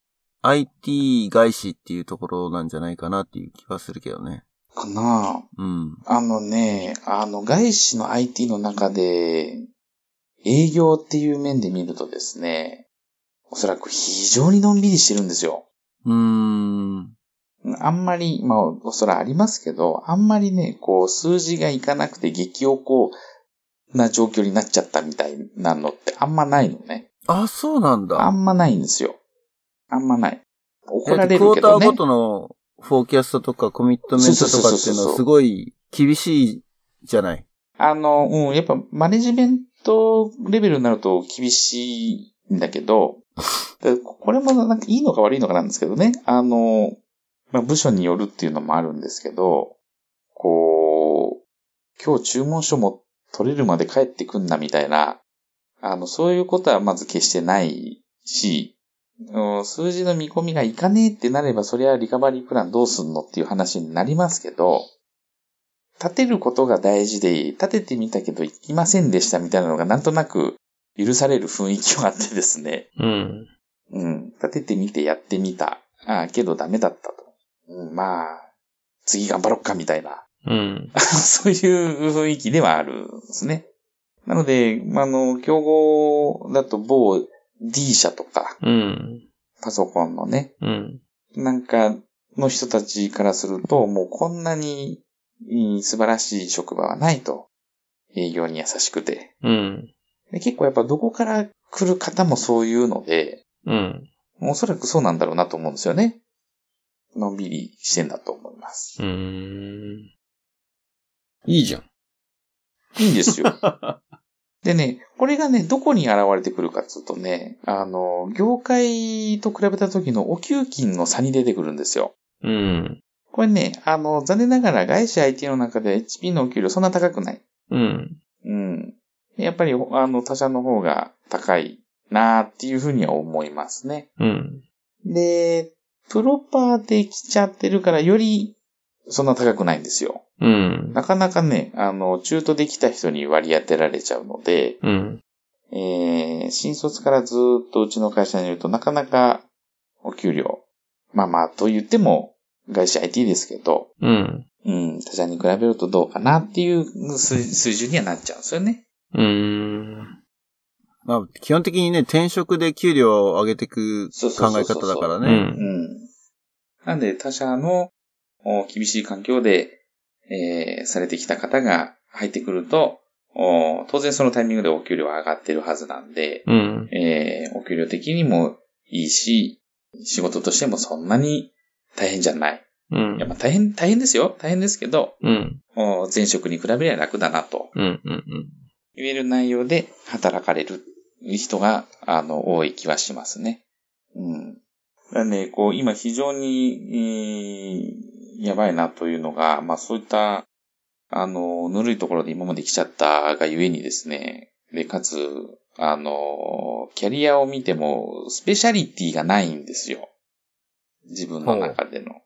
A: IT 外資っていうところなんじゃないかなっていう気はするけどね。
C: かな
A: うん。
C: ああのね、あの、外資の IT の中で、営業っていう面で見るとですね、おそらく非常にのんびりしてるんですよ。
A: うーん。
C: あんまり、まあ、そらありますけど、あんまりね、こう、数字がいかなくて激おこな状況になっちゃったみたいなのってあんまないのね。
A: あ、そうなんだ。
C: あんまないんですよ。あんまない。怒られ
A: クォ
C: る
A: ー
C: け
A: タ
C: ど
A: ー
C: ね
A: ご。とのフォーキャストとかコミットメントとかっていうのはすごい厳しいじゃない。
C: あの、うん、やっぱマネジメントレベルになると厳しいんだけど、でこれもなんかいいのか悪いのかなんですけどね、あの、まあ、部署によるっていうのもあるんですけど、こう、今日注文書も取れるまで帰ってくんなみたいな、あの、そういうことはまず決してないし、うん数字の見込みがいかねえってなれば、そりゃリカバリープランどうすんのっていう話になりますけど、立てることが大事で、立ててみたけど行きませんでしたみたいなのがなんとなく許される雰囲気はあってですね。
B: うん。
C: うん。立ててみてやってみた。ああ、けどダメだったと。うん、まあ、次頑張ろっかみたいな。 *laughs*
B: うん。
C: そういう雰囲気ではあるんですね。なので、まああの、競合だと某 D 社とか、
B: うん。
C: パソコンのね、
B: うん。
C: なんか、の人たちからすると、もうこんなにうん素晴らしい職場はないと。営業に優しくて。
B: うん。
C: で結構やっぱどこから来る方もそういうので、
B: うん。
C: おそらくそうなんだろうなと思うんですよね。のんびりしてんだと思います。
B: うん。いいじゃん。
C: いいんですよ。でね、これがね、どこに現れてくるかっていうとね、あの、業界と比べた時のお給金の差に出てくるんですよ。
B: うん。
C: これね、あの、残念ながら外資 IT の中で HP のお給料そんな高くない。
B: うん。
C: うん。やっぱり、あの、他社の方が高いなーっていうふうには思いますね。
B: うん。
C: で、プロパーで来ちゃってるから、より、そんな高くないんですよ。
B: うん。
C: なかなかね、あの、中途できた人に割り当てられちゃうので、
B: うん。
C: えー新卒からずーっとうちの会社にいるとなかなかお給料、まあまあと言っても外資 IT ですけど、
B: うん。
C: うん、他社に比べるとどうかなっていう水水準にはなっちゃうんですよね。
B: うん。
A: まあ、基本的にね、転職で給料を上げていく
C: そうそう
A: 考
C: そう
A: え
C: そう
A: 方だから
B: う
A: ね。
B: ん。
C: うん。なんで他社のお厳しい環境で、えーされてきた方が入ってくると、お当然そのタイミングでお給料は上がってるはずなんで、
B: うん。
C: えーお給料的にもいいし、仕事としてもそんなに大変じゃない。
B: う
C: いや、ま
B: ん。
C: あ大変、大変ですよ。大変ですけど、
B: うん。
C: お前職に比べれば楽だなと
B: うん。うん。
C: 言える内容で働かれる人が、あの、多い気はしますね。うん。だね、こう、今非常に、えーやばいなというのが、まあそういった、あの、ぬるいところで今まで来ちゃったがゆえにですね、で、かつ、あの、キャリアを見ても、スペシャリティがないんですよ。自分の中での。っ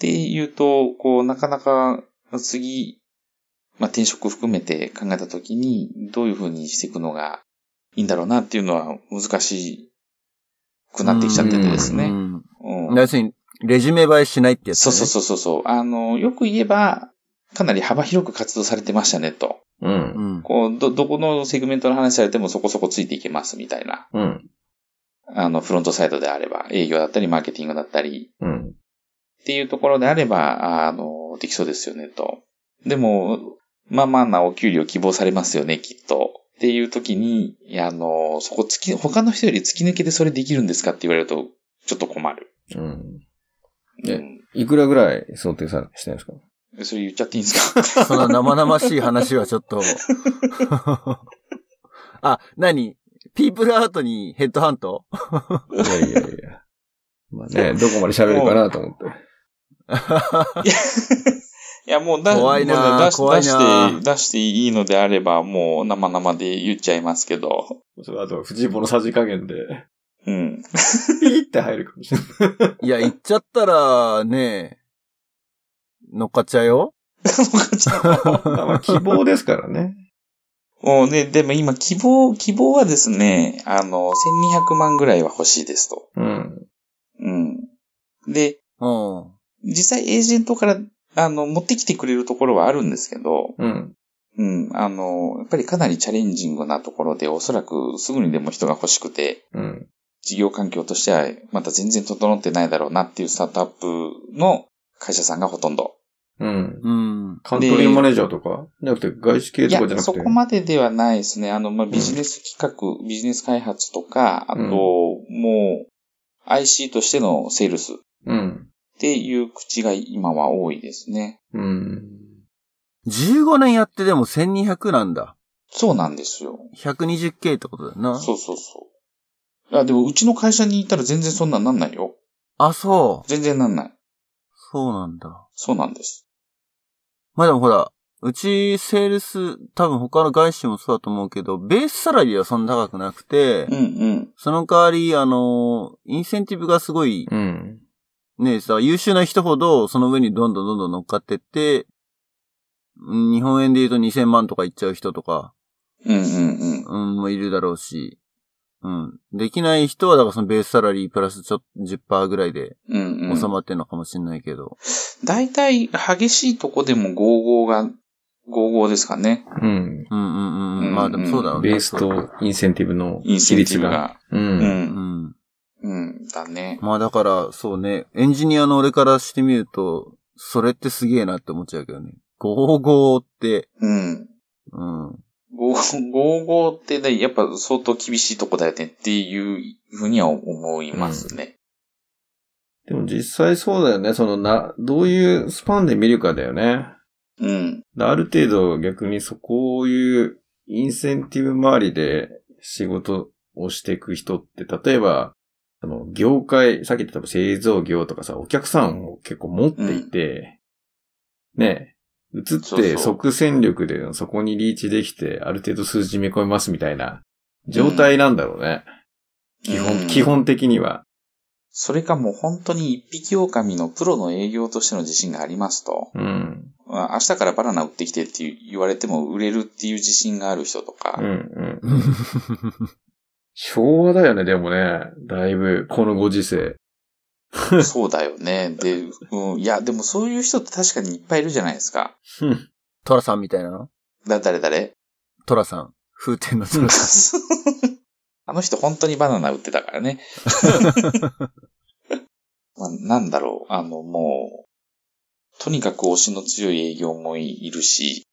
C: ていうと、こう、なかなか、次、まあ、転職含めて考えたときに、どういうふうにしていくのがいいんだろうなっていうのは難しくなってきちゃっててですね。
A: うん
C: うん
A: 要するに、レジュメ映えしないってやつ、
C: そ
A: ね。
C: うそうそうそうそう。あの、よく言えば、かなり幅広く活動されてましたねと。
B: うん。
A: ん。
C: こう、ど、どこのセグメントの話されてもそこそこついていけますみたいな。
B: うん。
C: あの、フロントサイドであれば、営業だったり、マーケティングだったり、
B: うん。
C: っていうところであれば、あの、できそうですよねと。でも、まあまあなお給料希望されますよね、きっと。っていう時に、いやあの、そこ突き、他の人より突き抜けでそれできるんですかって言われると、ちょっと困る。
B: うん。
C: う
B: え
C: ん。
B: いくらぐらい想定されしてるんですか
C: それ言っちゃっていいんですか *laughs*
A: *laughs* その生々しい話はちょっと。 *laughs* あ、何ピープルアートにヘッドハント
B: いやいやい *laughs* や。まあね、どこまで喋るかなと思って。
C: いや、もうだ
A: 怖いな
C: もうね出し
A: 怖いな
C: 出して、出していいのであれば、もう生々で言っちゃいますけど。
B: *laughs* それあと、藤本のさじ加減で、 *laughs*
C: うん。
B: ピーって入るかもしれない。
A: いや、言っちゃったら、ね乗っかっちゃうよ。
B: まあ、希望ですからね。
C: もうね、でも今、希望、希望はですね、あの、1200万ぐらいは欲しいですと。
B: うん。
C: うん。で、
A: うん。
C: 実際エージェントから、あの、持ってきてくれるところはあるんですけど、
B: うん。
C: うん、あの、やっぱりかなりチャレンジングなところで、おそらくすぐにでも人が欲しくて、
B: うん。
C: 事業環境としてはまた全然整ってないだろうなっていうスタートアップの会社さんがほとんど。
B: うん。
A: うん。
B: カントリーマネージャーとかじゃなくて、外資系
C: い
B: と
C: や
B: かじゃ、なくて。
C: そこまでではないですね。あの、まあ、ビジネス企画、ビジネス開発とか、あと、
B: うん
C: もう、IC としてのセールスっ
B: うん。
C: ていう口が今は多いですね。
B: うん。
A: 15年やってでも1200なんだ。
C: そうなんですよ。
A: 120K ってことだよな。
C: そうそうそう。あ、でもうちの会社にいたら全然そんなんなんないよ。
A: あ、そう。
C: 全然なんない。
A: そうなんだ。
C: そうなんです。
A: まあでもほら、うち、セールス、多分他の外資もそうだと思うけど、ベースサラリーはそんな高くなくて、
C: うんうん。
A: その代わり、あの、インセンティブがすごい、
B: うん。
A: ね、さ、優秀な人ほど、その上にどんどんどんどん乗っかってって、うん日本円で言うと2000万とかいっちゃう人とか、
C: うんうん
A: うん、もいるだろうし、うん。できない人は、だからそのベースサラリープラスちょっと10%ぐらいで
C: うん。うんうん
A: 収。まってんのかもしれないけど。
C: 大体、激しいとこでも55が、55ですかね。
B: うん。
A: うんうんうん。
C: うんう
A: うんん、まあでもそうだろうね
B: ベースとインセンティブの
C: イン
B: 比
C: センテ
B: 率
C: ィブ
B: が。
C: が。
B: う。
C: うん。
A: うんん。
C: うん。だね。
A: まあだから、そうね、エンジニアの俺からしてみると、それってすげえなって思っちゃうけどね。55って、
C: うん。
A: うん。
C: 55ってね、やっぱ相当厳しいとこだよねっていうふうには思いますね。
B: でも実際そうだよね。そのな、どういうスパンで見るかだよね。
C: うん。
B: ある程度逆にそこういうインセンティブ周りで仕事をしていく人って、例えば、あの、業界、さっき言った多分製造業とかさ、お客さんを結構持っていて、ね、移っ
C: そうそ
B: て
C: う
B: 即戦力でそこにリーチできて、ある程度数字見込みますみたいな状態なんだろうね。基
C: うん
B: 本、基。本的には。
C: それかもう本当に一匹狼のプロの営業としての自信がありますと、
B: うん。
C: まあ明日からバナナ売ってきてって言われても売れるっていう自信がある人とか、
B: うん。うん。昭和だよね、でもね。だいぶ、このご時世。
C: そうだよね。で、うん、いや、でもそういう人って確かにいっぱいいるじゃないですか。
B: うん。
A: トラさんみたいな
C: だ、誰誰
A: トラさん。風天のトラさ
C: *laughs* あの人本当にバナナ売ってたからね。まあ、なんだろう、あの、もう、とにかく推しの強い営業もいるし、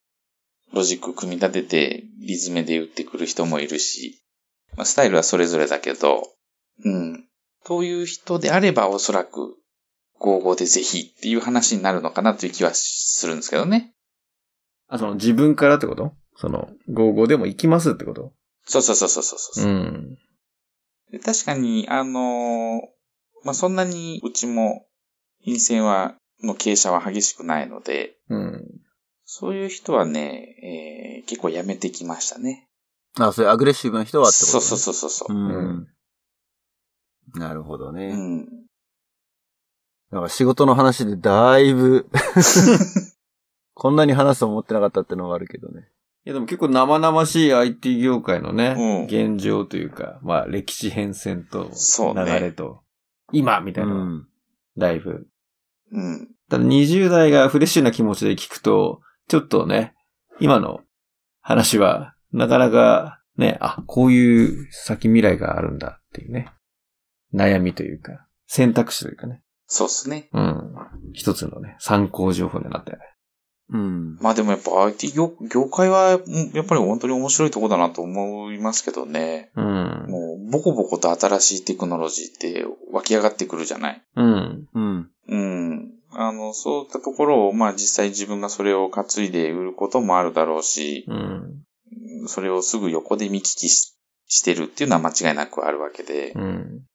C: ロジック組み立てて、リズメで打ってくる人もいるし、まあ、スタイルはそれぞれだけど、うん。という人であればおそらく、55でぜひっていう話になるのかなという気はするんですけどね。
B: あ、その自分からってことその、55でも行きますってこと
C: そうそうそうそうそうそう。
B: うん。
C: で確かに、あのーまあ、そんなにうちも陰線は、の傾斜は激しくないので、
B: うん。
C: そういう人はね、えー結構やめてきましたね。
A: ん。あ、そういうアグレッシブな人はってこと
C: そう
A: ね
C: そうそうそうそうう。
A: ん。なるほどね。
C: うん。
A: なんか仕事の話でだい
B: *laughs*
A: ぶ、こんなに話すと思ってなかったってのはあるけどね。
B: いやでも結構生々しい IT 業界のね、
C: う
B: 現状というか、まあ歴史変遷と
C: そうね
B: 流れと、今みたいな、
A: うん。
B: だいぶ。
C: うん。
B: ただ20代がフレッシュな気持ちで聞くと、ちょっとね、今の話は、なかなかね、あ、こういう先未来があるんだっていうね、悩みというか、選択肢というかね、
C: そうっすね。
B: うん、一つのね、参考情報になったよね。
A: うん。
C: まあでもやっぱ IT 業業界は、うんやっぱり本当に面白いとこだなと思いますけどね。
B: うん、
C: もう、ボコボコと新しいテクノロジーって湧き上がってくるじゃない。
B: うん、
A: うん。
C: うん。あの、そういったところを、まあ実際自分がそれを担いで売ることもあるだろうし、
B: うん、
C: それをすぐ横で見聞きししてるっていうのは間違いなくあるわけ
B: *laughs*
C: で。
B: うん。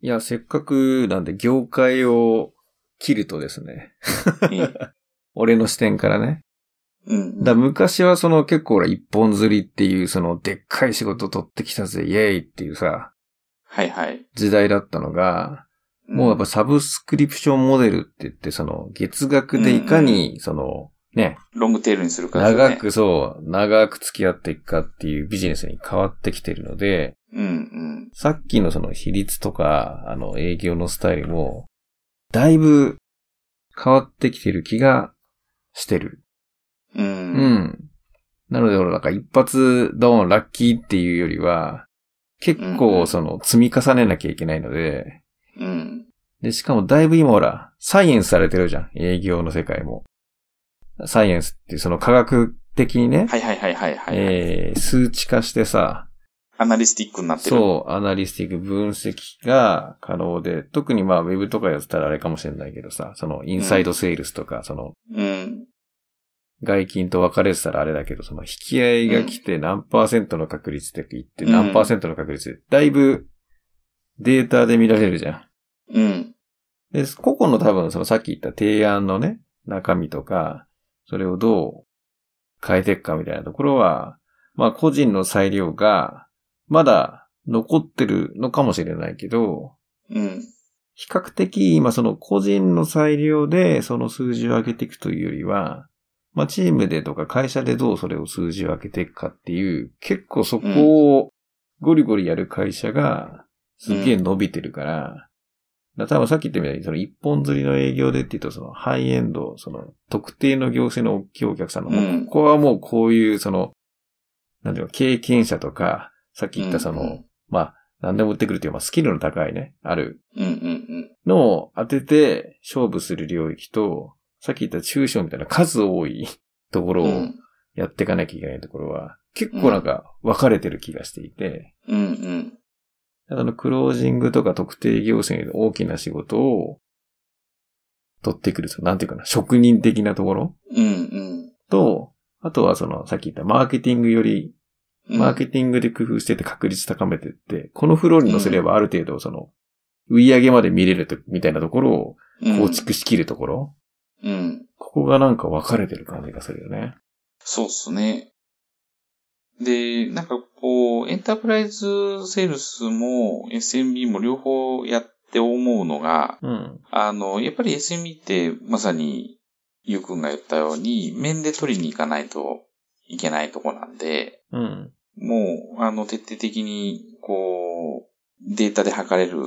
B: いや、せっかくなんで、業界を切るとですね、
C: うん
B: 俺の視点からね、
C: うん。
B: だ昔はその結構俺一本釣りっていうそのでっかい仕事取ってきたぜ、イエーイっていうさ、
C: はいはい。
B: 時代だったのが、もうやっぱサブスクリプションモデルって言ってその月額でいかにそのね、
C: うんロングテールにするから、ね。
B: 長。くそう、長く付き合っていくかっていうビジネスに変わってきてるので、
C: うん
B: さっきのその比率とか、あの営業のスタイルも、だいぶ変わってきてる気がしてる。
C: うん。う。
B: うんん。なので、俺なんか一発ドーンラッキーっていうよりは、結
C: うんう
B: 構
C: ん
B: その積み重ねなきゃいけないので、
C: うん。
B: で、しかもだいぶ今ほら、サイエンスされてるじゃん。営業の世界も。サイエンスっていうその科学的にね、
C: はいはいはいはいはい。
B: えー数値化してさ、
C: アナリスティックになってる。
B: そう、アナリスティック分析が可能で、特にまあ、ウェブとかやってたらあれかもしれないけどさ、その、インサイドセールスとか、その、
C: う。うん。
B: 外勤と分かれてたらあれだけど、その、引き合いが来て何パーセントの確率で行って、
C: うん
B: 何パーセントの確率で、だいぶ、データで見られるじゃん。
C: うん。
B: で、個々の多分、そのさっき言った提案のね、中身とか、それをどう変えていくかみたいなところは、まあ個人の裁量が、まだ残ってるのかもしれないけど、
C: うん。
B: 比較的今その個人の裁量でその数字を上げていくというよりは、まあチームでとか会社でどうそれを数字を上げていくかっていう、結構そこをゴリゴリやる会社がすげえ伸びてるから、だから多分さっき言ったみたいにその一本釣りの営業でって言うとそのハイエンド、その特定の行政の大きいお客さんの、もう
C: うん
B: ここはもうこういうその、なんていうの、経験者とか、さっき言ったその、
C: うん
B: まあ何でも売ってくるという、まあスキルの高いね、ある
C: うんうん
B: のを当てて勝負する領域と、さっき言った中小みたいな数多い *laughs* とこ
C: う
B: ろ
C: ん。う
B: を
C: ん。
B: やっていかなきゃいけないところは、結構なんか分かれてる気がしていて、
C: うんうん。
B: ただあのクロージングとか特定行政の大きな仕事を取ってくる、そのなんていうかな、職人的なところ
C: うん
B: と、あとはその、さっき言ったマーケティングより、
C: うん。
B: マーケティングで工夫してて確率高めてって、このフローに乗せればある程度その、売り上げまで見れるとみたいなところを
C: うん
B: 構。築しきるところ、
C: うん。
B: ここがなんか分かれてる感じがするよね。
C: そうっすね。で、なんかこう、エンタープライズセールスも SMB も両方やっって思うのが、
B: うん。
C: あの、やっぱり SME ってまさに、ゆうくんが言ったように、面で取りに行かないといけないとこなんで、
B: うん。
C: もう、あの、徹底的に、こう、データで測れる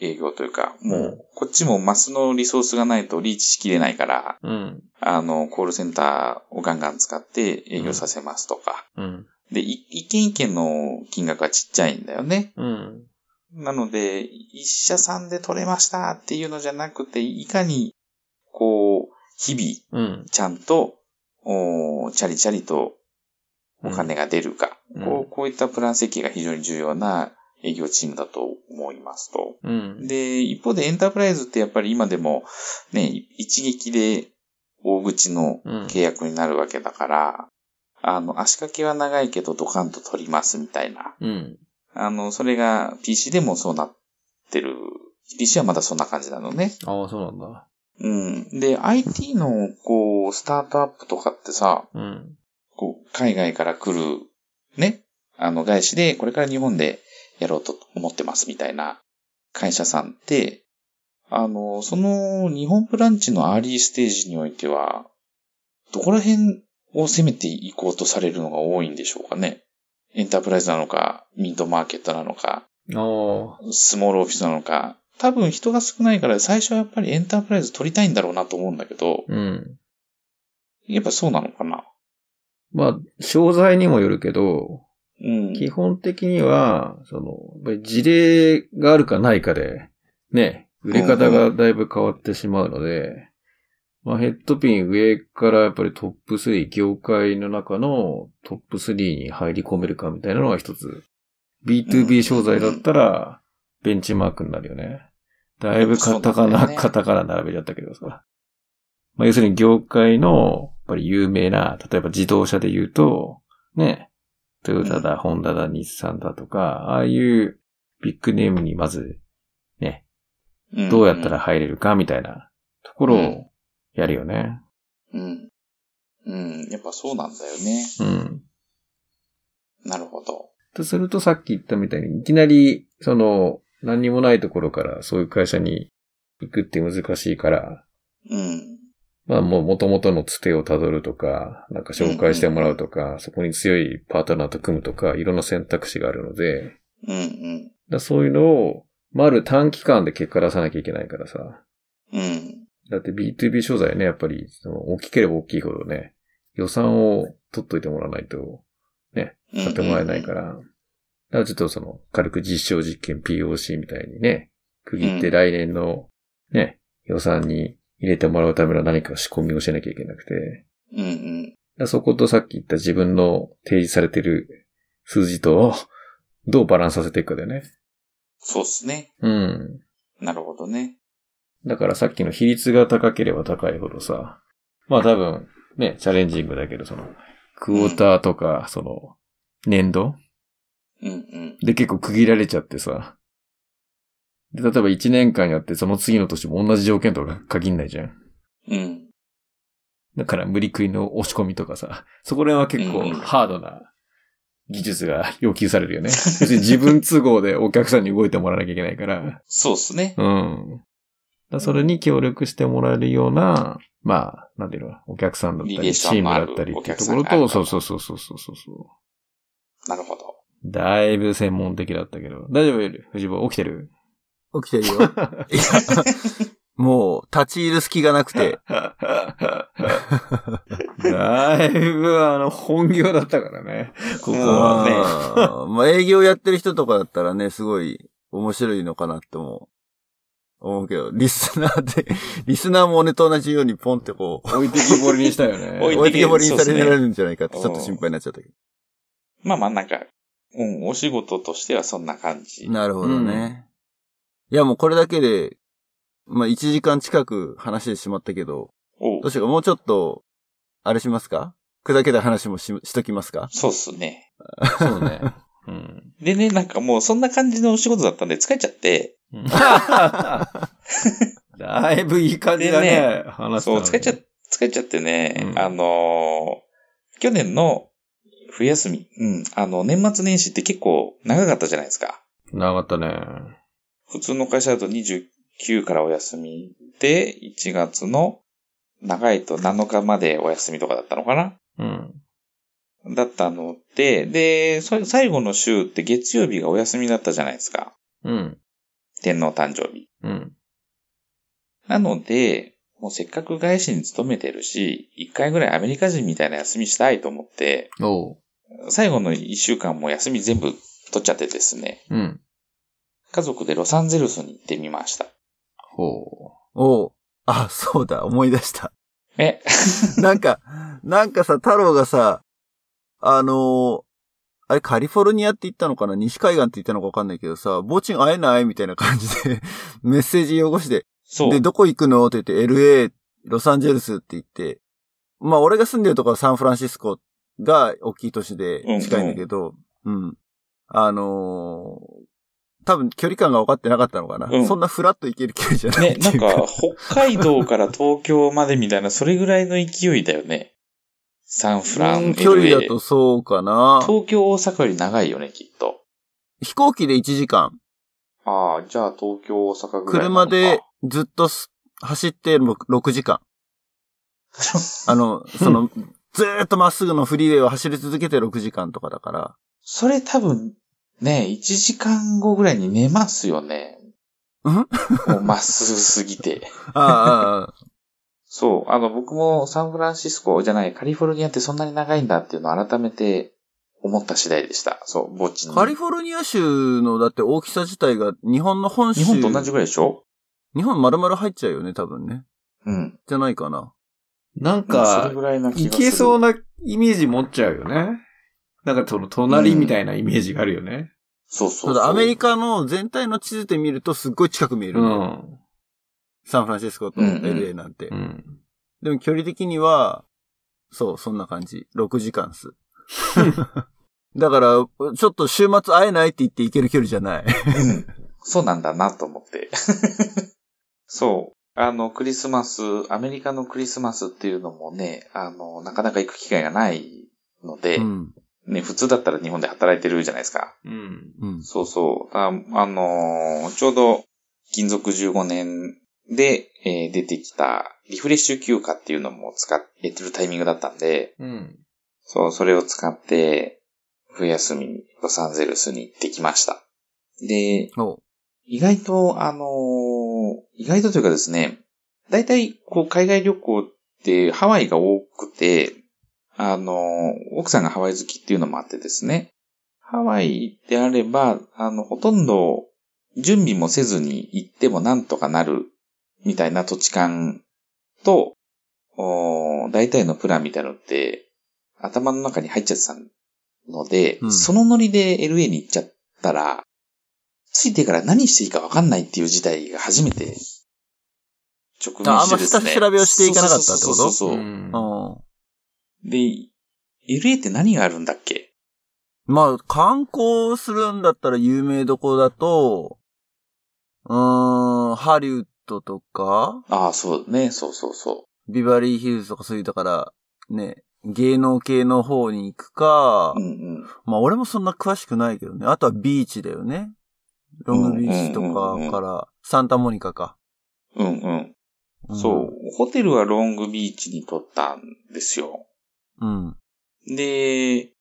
C: 営業というか、も
B: うん
C: う、こっちもマスのリソースがないとリーチしきれないから、
B: うん。
C: あの、コールセンターをガンガン使って営業させますとか。
B: うん。
C: で、い一件一件の金額はちっちゃいんだよね。
B: うん。
C: なので、一社さんで取れましたっていうのじゃなくて、いかに、こう、日々、
B: うん。
C: ちゃんと、おーチャリチャリとお金が出るか、
B: うん
C: こう、こういったプラン設計が非常に重要な営業チームだと思いますと。
B: うん。
C: で、一方でエンタープライズってやっぱり今でも、ね、一撃で大口の
B: うん。
C: 契約になるわけだから、あの、足掛けは長いけどドカンと取りますみたいな。
B: うん。
C: あの、それが PC でもそうなってる。PC はまだそんな感じなのね。
B: ああ、そうなんだ。
C: うん。で、IT の、こう、スタートアップとかってさ、
B: うん。
C: こう、海外から来る、ね、あの、外資で、これから日本でやろうと思ってますみたいな会社さんって、あの、その日本ブランチのアーリーステージにおいては、どこら辺を攻めていこうとされるのが多いんでしょうかね。エンタープライズなのか、ミントマーケットなのか、
B: ああ。
C: スモールオフィスなのか、多分人が少ないから最初はやっぱりエンタープライズ取りたいんだろうなと思うんだけど、
B: うん。
C: やっぱそうなのかな
B: まあ、商材にもよるけど、
C: うん。
B: 基本的には、その、やっぱり事例があるかないかで、ね、売れ方がだいぶ変わってしまうので、まあヘッドピン上からやっぱりトップ3、業界の中のトップ3に入り込めるかみたいなのが一つ。B2B 商材だったら、ベンチマークになるよね。だいぶカタカ
C: そうなん
B: ナ、
C: だよね
B: カタカナ並べちゃったけどさ。まあ要するに業界の、やっぱり有名な、例えば自動車で言うと、ね、トヨタだ、ホンダだ、日産だとか、ああいうビッグネームにまず、ね、
C: うん
B: どうやったら入れるかみたいなところをやるよね。
C: うん。うん。やっぱそうなんだよね。
B: うん。
C: なるほど。
B: とするとさっき言ったみたいに、いきなり、その、何にもないところからそういう会社に行くって難しいから、
C: うん。
B: まあもう元々のつてをたどるとか、なんか紹介してもらうとか、そこに強いパートナーと組むとか、いろんな選択肢があるので、だか
C: うん
B: らそういうのを、まる短期間で結果出さなきゃいけないからさ。
C: うん。うん。
B: だって B2B 商材ね、やっぱり、その大きければ大きいほどね、予算を取っといてもらわないと、
C: うん
B: 買ってもらえないか。ら、だからちょっとその、軽く実証実験 POC みたいにね、区切っ
C: う
B: て
C: ん
B: 来年のね、予算に入れてもらうための何か仕込みをしなきゃいけなくて、だか
C: うんうん。
B: らそことさっき言った自分の提示されてる数字と、どうバランスさせていくかだよね。
C: そうっすね。
B: うん。
C: なるほどね。
B: だからさっきの比率が高ければ高いほどさ、まあ多分、ね、チャレンジングだけど、その、クォーターとか、その、年度
C: うんうん。
B: で結構区切られちゃってさ。で、例えば1年間やって、その次の年も同じ条件とか限んないじゃん。
C: うん。
B: だから無理食いの押し込みとかさ、そこら辺は
C: うん
B: 結構ハードな技術が要求されるよね。別に自分都合でお客さんに動いてもらわなきゃいけないから。
C: そうっすね。
B: うん。だからそれに協力してもらえるような、まあ、なんていうの、お客さんだった
C: リレー
B: り、チ
C: ショ
B: ー
C: ン
B: ム
C: もあ
B: だ
C: る
B: ったりっていうと
C: お客さ
B: こ
C: ん
B: ろ
C: がある
B: と、
C: か
B: そ
C: ら
B: うそうそうそうそうそう。
C: なるほど。
B: だいぶ専門的だったけど。大丈夫よ、藤坊、起きてる
A: 起きてるよ。
B: *laughs*
A: いやもう、立ち入る隙がなく
B: *laughs*
A: て。
B: だいぶ、あの、本業だったからね。ここはね。
A: あーまあ営業やってる人とかだったらね、すごい面白いのかなっても思うけど、リスナー
B: *laughs*
A: で、リスナーも俺と同じようにポンってこう、
B: 置いてきぼりにしたよね。
C: 置い
A: 置いてけぼりにさ
C: そう
A: れ
C: ですね
A: られるんじゃないかってちょっと心配になっちゃったけ
C: まあまあなんか、うん、お仕事としてはそんな感じ。
A: ど。なるほどね。いやもうこれだけで、まあ1時間近く話してしまったけど、
C: おう
A: どうしようか、もうちょっと、あれしますか砕けた話もし、しときますか
C: そうっすね。
B: そうね。うん。
C: でね、なんかもうそんな感じのお仕事だったんで疲れちゃって、 *laughs*
B: だいぶいい感じだね
C: で、
B: 話した
C: そう、
B: の
C: 疲れちゃ、疲れちゃってね、
B: うん
C: あのー去年の冬休み、うん、あの、年末年始って結構長かったじゃないですか。
B: なかったね。
C: 普通の会社だと29からお休みで、1月の長いと7日までお休みとかだったのかな
B: うん。
C: だったので、で、そ最後の週って月曜日がお休みだったじゃないですか。
B: うん。
C: 天皇誕生日。
B: うん。
C: なので、もうせっかく外資に勤めてるし、一回ぐらいアメリカ人みたいな休みしたいと思って、
B: おう。
C: 最後の一週間も休み全部取っちゃってですね、
B: うん。
C: 家族でロサンゼルスに行ってみました。
B: ほ
A: おうあ、そうだ、思い出した。 *laughs*
C: え、
A: なんか、なんかさ、太郎がさ、あのーあれカリフォルニアって言ったのかな西海岸って言ったのかわかんないけどさ、墓地に会えないみたいな感じで、 *laughs* メッセージ汚して、
C: そう。
A: で、どこ行くのって言って、LA、ロサンゼルスって言って、まあ、俺が住んでるとこはサンフランシスコが大きい都市で近いんだけど、うん、あのー多分距離感が分かってなかったのかな、
C: うん
A: そんなフラッと行ける距離じゃない
C: ね
A: っ、て
C: ないん
A: うか。
C: か、北海道から東京までみたいな、それぐらいの勢いだよね。サンフラ
A: う
C: ン、
A: ん距離だ
C: LA
A: とそうかな。
C: 東京、大阪より長いよね、きっと。
A: 飛行機で1時間。
C: ああ、じゃあ東京、大阪ぐらいな
A: 車
C: のか。
A: でずっとす走ってろく6時間。あの、そ
C: *laughs*
A: の、ずーっとまっすぐのフリーウェイを走り続けて6時間とかだから。
C: *laughs* それ多分、ね、1時間後ぐらいに寝ますよね。
A: んあ
C: もうまっすぐすぎて。
A: あああ、
C: そう、あの、僕もサンフランシスコじゃない、カリフォルニアってそんなに長いんだっていうのを改めて思った次第でした。そう、墓地に。
A: カリフォルニア州のだって大きさ自体が日本の本州。
C: 日本と同じぐらいでしょ
A: 日本丸々入っちゃうよね、多分ね。
C: うん。
A: じゃないかな。
B: う。なん
C: そ
B: か
C: れ、ぐらいな気
B: い
C: がす
B: け
C: る。
B: そうなイメージ持っちゃうよね。なんかその隣みたいなイメージがあるよね。
C: そうそうそ
A: た
C: う。
A: だアメリカの全体の地図で見るとすっごい近く見え
B: う
A: る。
B: ん。
A: サンフランシスコと
C: うんうん
A: LA なんて。
B: うん。
A: でも距離的には、そう、そんな感じ。6時間っ
C: *laughs*
A: す。だから、ちょっと週末会えないって言って行ける距離じゃない。
C: うんそうなんだなと思って。 *laughs* そう。あの、クリスマス、アメリカのクリスマスっていうのもね、あの、なかなか行く機会がないので、
A: うん。
C: ね、普通だったら日本で働いてるじゃないですか。
B: うん。
A: うん。
C: そうそう。あ、あのーちょうど、勤続15年で、えー出てきた、リフレッシュ休暇っていうのも使ってるタイミングだったんで、
B: うん。
C: そう、それを使って、冬休みにロサンゼルスに行ってきました。で、
A: お
C: 意外と、あのー意外とというかですね、大体、こう、海外旅行ってハワイが多くて、あのー奥さんがハワイ好きっていうのもあってですね、ハワイであれば、あの、ほとんど準備もせずに行ってもなんとかなる、みたいな土地感と、おー大体のプランみたいなのって、頭の中に入っちゃってたので、
A: うん
C: そのノリで LA に行っちゃったら、ついてから何していいか分かんないっていう事態が初めて直面してですね。
A: ああんま下調べをしていかなかったってこと
C: そうそうそうそう
B: うん
A: うん。
C: で、LA って何があるんだっけ
A: まあ、観光するんだったら有名どこだと、うーん、ハリウッドとか、
C: ああ、そうね、そうそうそ
A: ビバリーヒルズとかそういう、だから、ね、芸能系の方に行くか
C: う。う、んうん。
A: まあ俺もそんな詳しくないけどね。あとはビーチだよね。ロングビーチとかから、サンタモニカか。
C: うんうん。
A: ん
C: そう。。ホテルはロングビーチに取ったんですよ。
A: うん。
C: で、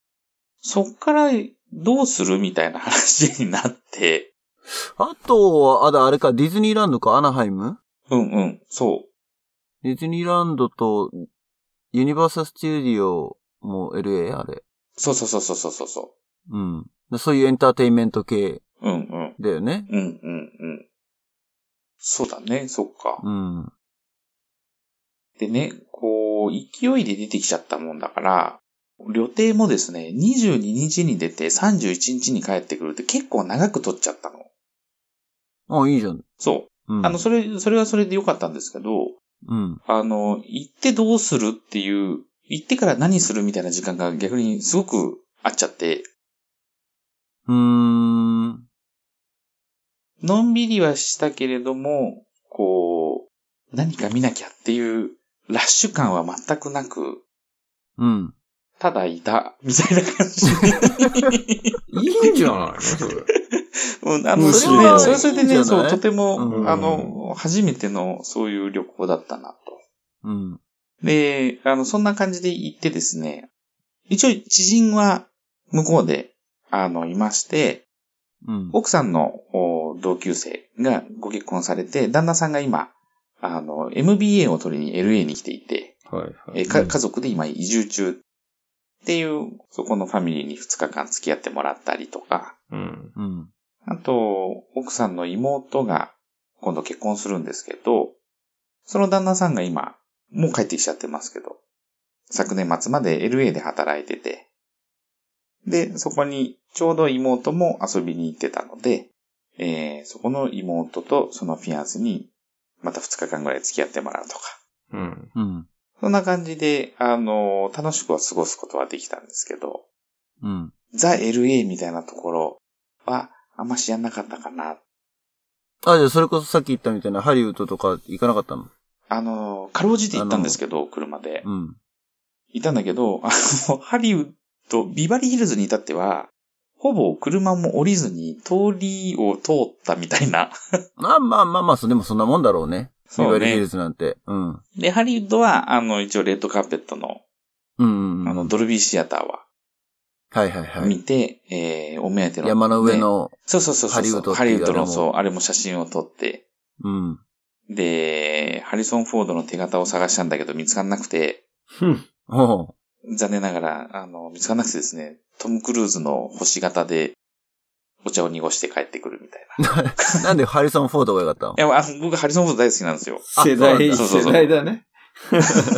C: そっからどうするみたいな話になって、
A: あとは、あだ、あれか、ディズニーランドか、アナハイム
C: うんうん、そ
A: ディズニーランドと、ユニバーサルスタジオも LA、あれ。
C: う。そうそうそうそうそうそ
A: うん。でそういうエンターテインメント系
C: う。うんうん。
A: だよね。
C: うんうんうん。そうだね、そっか。
A: うん。
C: でね、こう、勢いで出てきちゃったもんだから、旅程もですね、22日に出て31日に帰ってくるって結構長く取っちゃったの。
A: あ、いいじゃん。
C: そうう。
A: ん。
C: あの、それ、それはそれで良かったんですけど、
A: うん。
C: あの、行ってどうするっていう、行ってから何するみたいな時間が逆にすごくあっちゃって、
A: うーん。
C: のんびりはしたけれども、こう、何か見なきゃっていうラッシュ感は全くなく、
A: うん。
C: ただいた、みたいな感じ。
B: いいんじゃないのそれ。
C: うん、あの、それ
B: むし
C: は
B: ろ
C: ね、それはそれで
A: いいんじゃな
C: ね、
A: い
C: そう、とても、
A: うん
C: あの、初めてのそういう旅行だったなと。
A: うん。
C: で、あの、そんな感じで行ってですね、一応知人は向こうで、あの、いまして、
A: うん。
C: 奥さんのお同級生がご結婚されて、旦那さんが今、あの、MBA を取りに LA に来ていて、
B: はいは
C: *laughs* え
B: い。
C: か家族で今移住中っていう、そこのファミリーに2日間付き合ってもらったりとか、
B: うん。
A: うん。
C: あと、奥さんの妹が今度結婚するんですけど、その旦那さんが今、もう帰ってきちゃってますけど、昨年末まで LA で働いてて、で、そこにちょうど妹も遊びに行ってたので、えーそこの妹とそのフィアンスにまた2日間ぐらい付き合ってもらうとか、
B: うん。
A: うん。
C: そんな感じで、あの楽しくは過ごすことはできたんですけど、
A: うん。
C: ザ・ LA みたいなところはあんましやんなかったかな
A: あ、じゃあそれこそさっき言ったみたいなハリウッドとか行かなかったの
C: あの、かろうじて行ったんですけど、車で。
A: うん。
C: 行ったんだけど、あの、ハリウッド、ビバリーヒルズに至っては、ほぼ車も降りずに通りを通ったみたい
A: *laughs*
C: な。
A: まあまあまあまあ、そでもそんなもんだろうね。ビバリーヒルズなんて。うん。うん
C: で、ハリウッドは、あの、一応レッドカーペットの、
A: うんうん。
C: あの、ドルビーシアターは
A: はいはいはい。
C: 見て、えー、お目当ての。
A: 山の上。の、
C: そうそうそうそ
A: ハ
C: う。
A: リウッドっていう
C: ハリウッド
A: あれ
C: の、
A: も
C: そう、あれも写真を撮って。
A: うん。
C: で、ハリソン・フォードの手形を探したんだけど見つかんなくて、
B: うん。
A: おう
C: 残念ながら、あの、見つからなくてですね、トム・クルーズの星型で、お茶を濁して帰ってくるみたいな。
A: なんでハリソン・フォードが良かったの
C: いや、あ僕、ハリソン・フォード大好きなんですよ
B: *laughs* 世代、
C: そうそうそ
B: 世
C: う
B: 代だね。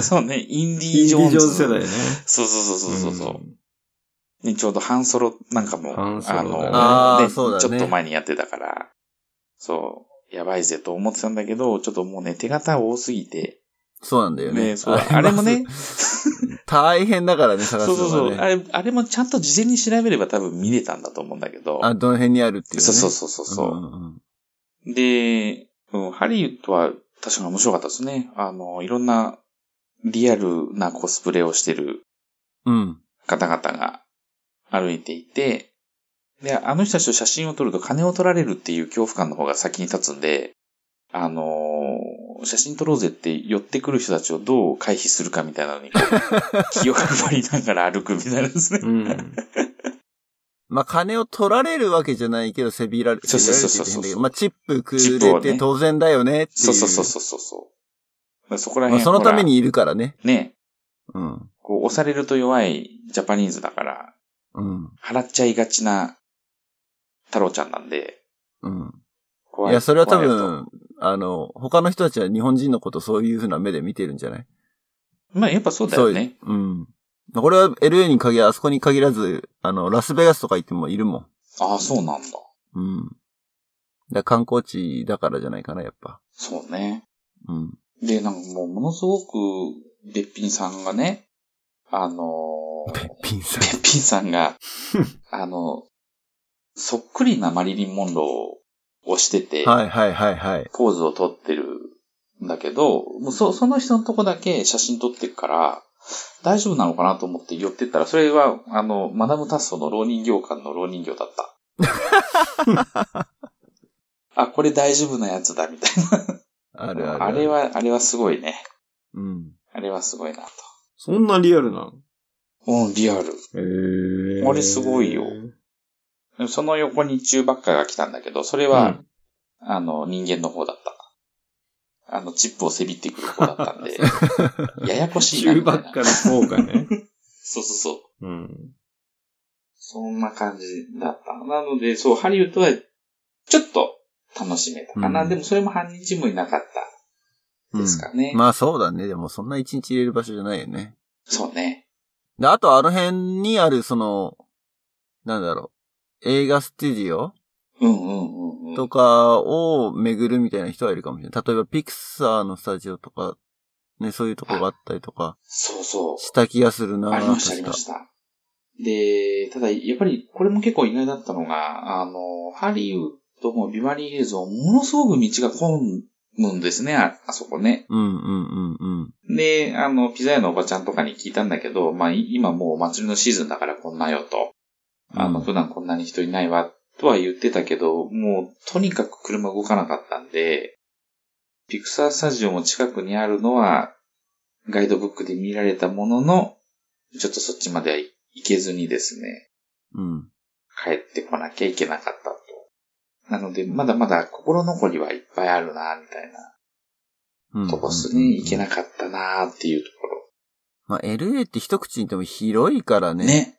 C: そうね、インディ・
B: インデ
C: ジョーン
B: ィ・
C: ズ。
B: ジョーンズ世代ね。
C: そうそうそうそうそう、ねちょうど半ソロなんかも、
B: ハンソロだね
A: あー
C: ね
A: そうだね
C: ちょっと前にやってたから、そう、やばいぜと思ってたんだけど、ちょっともうね、手形多すぎて、
A: そうなんだよね。
C: ね、そう、あれ
A: *laughs*
C: もね、
A: 大変だからね、探す
C: そう
A: の
C: そうそう、
A: が
C: あ
A: ね。
C: れ、あれもちゃんと事前に調べれば多分見れたんだと思うんだけど、
A: あ、どの辺にあるっていうね。
C: そうそうそうそうそう、
A: んうんうん
C: で、うん、ハリウッドは確かに面白かったですね。あの、いろんなリアルなコスプレをしてる
A: うん。
C: 方々が歩いていて、で、あの人たちと写真を撮ると金を取られるっていう恐怖感の方が先に立つんで、あのー写真撮ろうぜって寄ってくる人たちをどう回避するかみたい
A: *laughs*
C: なのに、こう気を配りながら歩くみたいなんですね。
B: うん。
A: まあ、金を取られるわけじゃないけど、せびられ、
C: そうそうそうそう
A: せびられるって言って変だけどまあ、チップく
C: チップ
A: れ
C: を
A: て
C: ね
A: 当然だよねっていう。
C: そうそうそうそうそうそう。そこら
A: まあ、
C: 辺
A: そのため
C: ほ
A: にいるからね。
C: らね、
A: うん。
C: こう押されると弱いジャパニーズだから、
A: うん。
C: 払っちゃいがちな太郎ちゃんなんで、
A: うん。
C: 怖
A: いや、それは多。
C: 怖い
A: 分、あの、他の人たちは日本人のことそういうふうな目で見てるんじゃない
C: とまあやっぱそうだよね。
A: そう。うん。これは LA に限ら、あそこに限らず、あの、ラスベガスとか行ってもいるもん。
C: ああ、そうなんだ。
A: うん。だから観光地だからじゃないかな、やっぱ。
C: そうね。 *laughs*
A: うん。
C: で、なんかもうものすごく、べっぴんさんがね、あの
A: *laughs*
C: ー、べっ
A: ピンさん。
C: ぴんさんが、あの、そっくりなマリリン・モンローをしてて、
A: はいはいはいはい。
C: ポーズを撮ってるんだけど、もうそその人のとこだけ写真撮ってるから、大丈夫なのかなと思って寄ってったら、それは、あの、マダム・タッソの老人形館の老人形だった。 *laughs* あ、これ大丈夫なやつだ、みたい
A: ある
C: な。
A: あ
C: あ
A: る。
C: れ。は、あれはすごいね。
A: うん。
C: あれはすごいなと。
B: そんなリアルな
C: うん、リアル。
B: のへ
C: あれすごいよでもその横に中ばっかが来たんだけど、それは、あの、人間の方だった。あの、チップをせびってくる方だったん *laughs* で、ややこしいな
B: 中
C: みた
B: ば
C: い
B: っ
C: な。
B: かの方が
C: *laughs*
B: ね。
C: そうそうそう。
B: うん。
C: そんな感じだった。なので、そう、ハリウッドは、ちょっと楽しめたかな。
A: うん
C: でも、それも半日もいなかったですかね。
A: まあそうだね。でもそんな一日入れる場所じゃないよね。
C: そうね。
A: で、あとあの辺にある、その、なんだろう。映画スタジオ
C: うんうんうんうん。
A: とかを巡るみたいな人はいるかもしれない。例えばピクサーのスタジオとか、ね、そういうとこがあったりとか、
C: そうそう。
A: した気がするなぁ
C: ありました、あり
A: 確か
C: ました。で、ただ、やっぱり、これも結構意外だったのが、あの、ハリウッドもビバリーヒルズもものすごく道が混むんですね、ああそこね。
A: うんうんうんうん。
C: で、あの、ピザ屋のおばちゃんとかに聞いたんだけど、まあ、い今もうお祭りのシーズンだからこんなよと。あの、
A: うん
C: 普段こんなに人いないわ、とは言ってたけど、もう、とにかく車動かなかったんで、ピクサースタジオも近くにあるのは、ガイドブックで見られたものの、ちょっとそっちまでは行けずにですね、
A: うん。
C: 帰ってこなきゃいけなかったと。なので、まだまだ心残りはいっぱいあるな、みたいな。
A: うん。
C: とこっすね、行けなかったな、っていうところ。
A: まあ、LA って一口に言っても広いからね。
C: ね。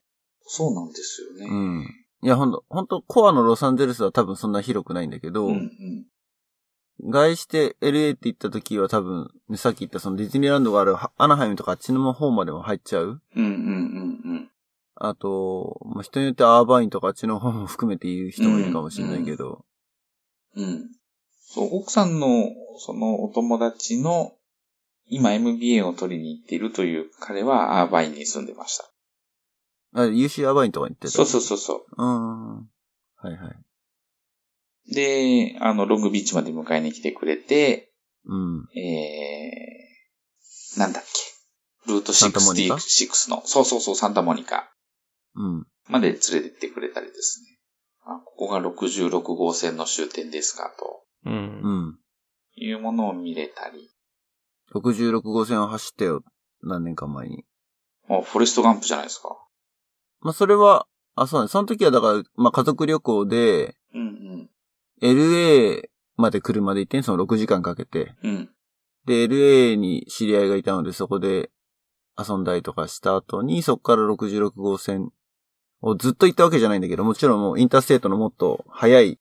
C: そうなんですよね。
A: うん。いや、ほんと、ほんと、コアのロサンゼルスは多分そんな広くないんだけど、
C: うんうん。
A: 外して LA って行った時は多分、ねさっき言ったそのディズニーランドがあるはアナハイムとかあっちの方までも入っちゃう
C: うんうんうんうん。
A: あと、まあ、人によってアーバインとかあっちの方も含めて言う人もいるかもしれないけど。
C: うん。そう、奥さんの、そのお友達の、今 MBA を取りに行っているという彼はアーバインに住んでました。
A: あ、UC アーバインとか言ってた。。
C: そうそうそうそう
A: うん。はいはい。
C: う。で、あの、ロングビーチまで迎えに来てくれて、
A: うん。
C: えー、なんだっけ。ルート
A: サンタモニカ
C: 66の、そうそうそう、サンタモニカ
A: うん。
C: まで連れてってくれたりですね。あここが66号線の終点ですか、と
B: うん
A: う。ん。
C: いうものを見れたり、
A: 66号線を走ったよ。何年か前に。
C: もうフォレストガンプじゃないですか。
A: まあ、それは、あ、そうね。その時はだから、まあ、家族旅行で、
C: うん
A: LA まで車で行ってね、その6時間かけて。
C: うん。うん。
A: で、LA に知り合いがいたので、そこで遊んだりとかした後に、そこから66号線をずっと行ったわけじゃないんだけど、もちろんもうインターステートのもっと早い、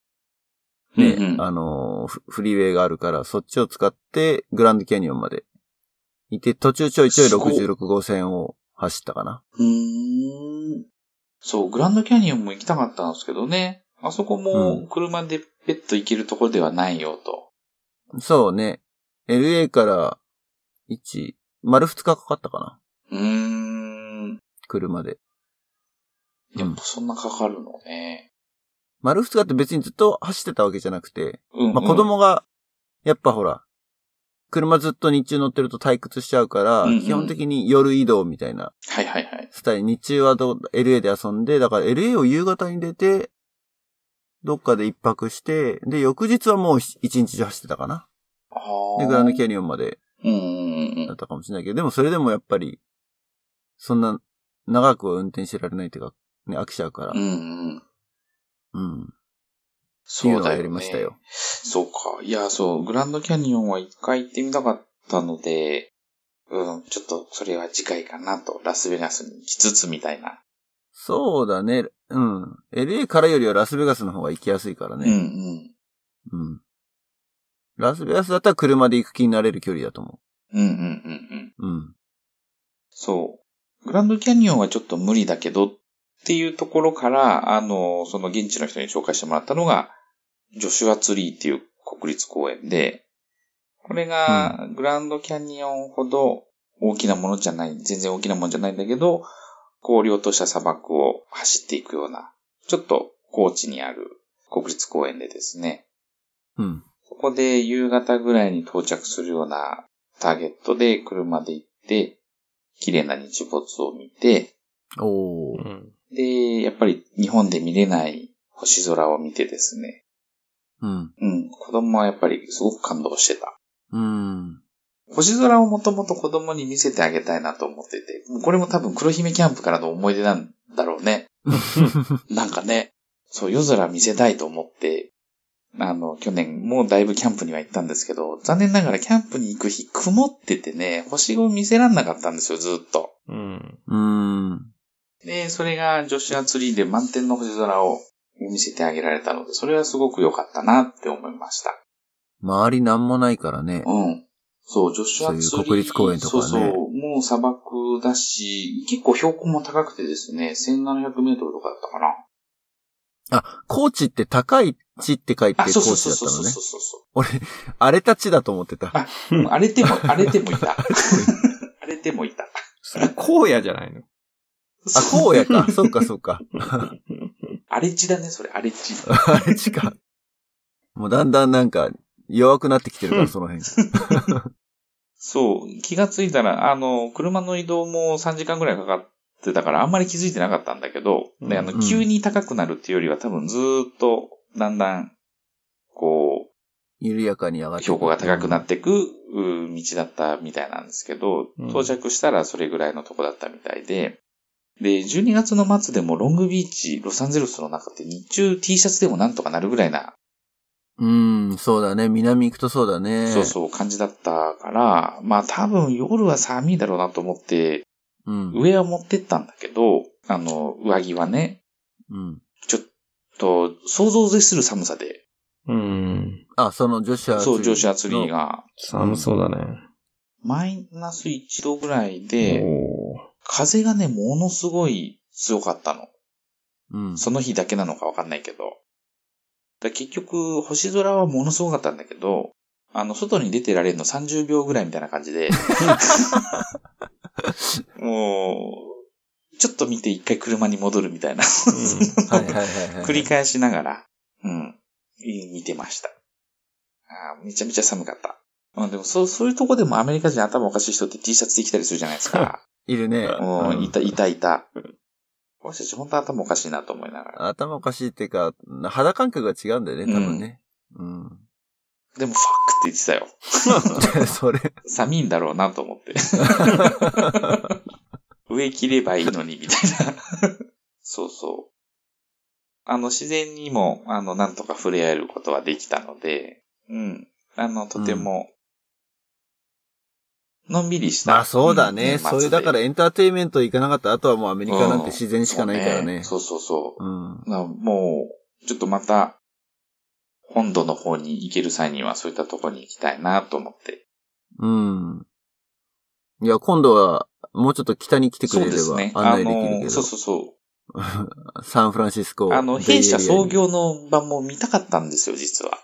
A: ね、
C: うんうん
A: あのーフ、フリーウェイがあるから、そっちを使ってグランドキャニオンまで行って、途中ちょいちょい
C: すごい
A: 66号線を走ったかな。
C: うーん。そう、グランドキャニオンも行きたかったんですけどね。あそこ
A: う
C: も車でペット行けるところではないよと。
A: そうね。LA から1、丸2日かかったかな。
C: うーん。
A: 車で。
C: やっぱそんなかかるのね。
A: 丸2日って別にずっと走ってたわけじゃなくて、
C: うん、うん。
A: *laughs* まあ、子供が、やっぱほら、車ずっと日中乗ってると退屈しちゃうから、
C: うんうん
A: 基本的に夜移動みたいな
C: はいはいはい。
A: スタイル。日中はどう LA で遊んで、だから LA を夕方に出て、どっかで一泊して、で、翌日はもう一日中走ってたかな。
C: ああ。
A: で、グランドキャニオンまで
C: うんうんう
A: だっ
C: ん。
A: たかもしれないけど、でもそれでもやっぱり、そんな長くは運転してられないっていうか、ね、飽きちゃうから
C: う、んうん。
A: うん。っってい
C: そうう
A: のは
C: だ
A: や
C: よ、
A: り
C: ね。
A: ましたよ。。
C: そうか。いや、そう、グランドキャニオンは一回行ってみたかったので、うん、ちょっとそれは次回かなと、ラスベガスに行きつつみたいな。
A: そうだね。うん。LA からよりはラスベガスの方が行きやすいから
C: うんう
A: ね。
C: ん。
A: うん。ラスベガスだったら車で行く気になれる距離だと思
C: うんうんうんうん。
A: う。うん。
C: そう。グランドキャニオンはちょっと無理だけどっていうところから、あの、その現地の人に紹介してもらったのが、ジョシュアツリーっていう国立公園で、これがグランドキャニオンほど大きなものじゃない、全然大きなものじゃないんだけど、氷を落とした砂漠を走っていくような、ちょっと高地にある国立公園でですね、
A: うん。
C: そこで夕方ぐらいに到着するようなターゲットで車で行って、綺麗な日没を見て、
A: お
B: う
A: ー。
B: ん。
C: で、やっぱり日本で見れない星空を見てですね。
A: うん。
C: うん、子供はやっぱりすごく感動してた。
A: うん。
C: 星空をもともと子供に見せてあげたいなと思ってて、もうこれも多分黒姫キャンプからの思い出なんだろうね。なんかね、そう、夜空見せたいと思って、あの、去年もうだいぶキャンプには行ったんですけど、残念ながらキャンプに行く日曇っててね、星を見せらんなかったんですよ、ずーっと。
B: うん。
A: うん。
C: で、それがジョシュアツリーで満天の星空を見せてあげられたので、それはすごく良かったなって思いました。
A: 周りなんもないからね。
C: うん。そう、ジョシュアツリー。
A: そういう国立公園とかね
C: そうそう、もう砂漠だし、結構標高も高くてですね、1700メートルとかだったかな。
A: あ、高知って高い地って書いて
C: あ、
A: 高
C: そうそう
A: 知
C: そ
A: だ
C: う
A: ったの
C: そうそう
A: ね。
C: そうそう。
A: 俺、荒れた地だと思ってた。
C: うん荒れても、荒れてもいた。
A: *laughs*
C: 荒れてもいた。
B: それ、荒野じゃないの
A: あ、
C: そう
A: 荒野
C: *laughs*
A: か。そうか、そうか。
C: 荒れ地だね、それ、荒れ地。
A: 荒れ地か。もうだんだんなんか、弱くなってきてるか
B: うん
A: ら、その辺。
C: そう、気がついたら、あの、車の移動も3時間ぐらいかかってたから、あんまり気づいてなかったんだけど、
B: うん
C: であの
A: うん
C: 急に高くなるっていうよりは、多分ずーっと、だんだん、こ
A: 緩やかに上が
C: う、
A: って。
C: 標高が高くなってていく、うー道だったみたいなんですけど
B: うん、
C: 到着したらそれぐらいのとこだったみたいで、で、12月の末でもロングビーチ、ロサンゼルスの中って日中 T シャツでもなんとかなるぐらいな
A: うん、そうだね。南行くとそうだね。
C: そうそう、感じだったから、まあ多分夜は寒いだろうなと思って、
A: う。うん。
C: 上は持ってったんだけど、あの、上着はね、
A: うん。
C: と、想像を絶する寒さで、
B: うん。
A: あ、その女子アツリー
C: そう、女子アツリー。が、
B: 寒そうだね。
C: マイナス1度ぐらい
B: え
C: で、風がね、ものすごい強かったの。
A: うん。
C: その日だけなのかわかんないけど。だ結局、星空はものすごかったんだけど、あの、外に出てられるの30秒ぐらいみたいな感じで、もう、ちょっと見て一回車に戻るみたいな、 *laughs*
A: はいはいはいはい。
C: 繰り返しながら、うん、見てました。あーめちゃめちゃ寒かった。うん、でも、そう、そういうとこでもアメリカ人頭おかしい人って T シャツで来たりするじゃないですか。
A: いるね。
C: も
B: うん
C: う、いた、いた、いた。この人たち本当頭おかしいなと思いながら。
A: 頭おかしいっていうか、肌感覚が違うんだよね、多分ね。うん。 *laughs*
C: でも、ファックって言ってたよ。
A: それ。
C: 寒いんだろうなと思
A: *laughs*
C: って。上着ればいいのに、みたいな。そうそう。あの、自然にも、あの、なんとか触れ合えることはできたので、うん。あの、とても、のんびりした。
A: まあそうだね。
C: ん
A: そういう、だから、エンターテインメント行かなかったらあとはもうアメリカなんて自然しかないから
C: う
A: ね
C: ん。そうそうそうう。なもう、ちょっとまた、本土の方に行ける際にはそういったとこに行きたいなと思って。
A: ん。うん。いや、今度は、もうちょっと北に来てく
C: そ
A: れ
C: う
A: れ
C: です
A: ば
C: ね。あ
A: 案内できるけど。
C: の、そうそうそう。
A: サンフランシスコ。
C: あの、弊社
A: ベイエリアに
C: 創。業の版も見たかったんですよ、実は。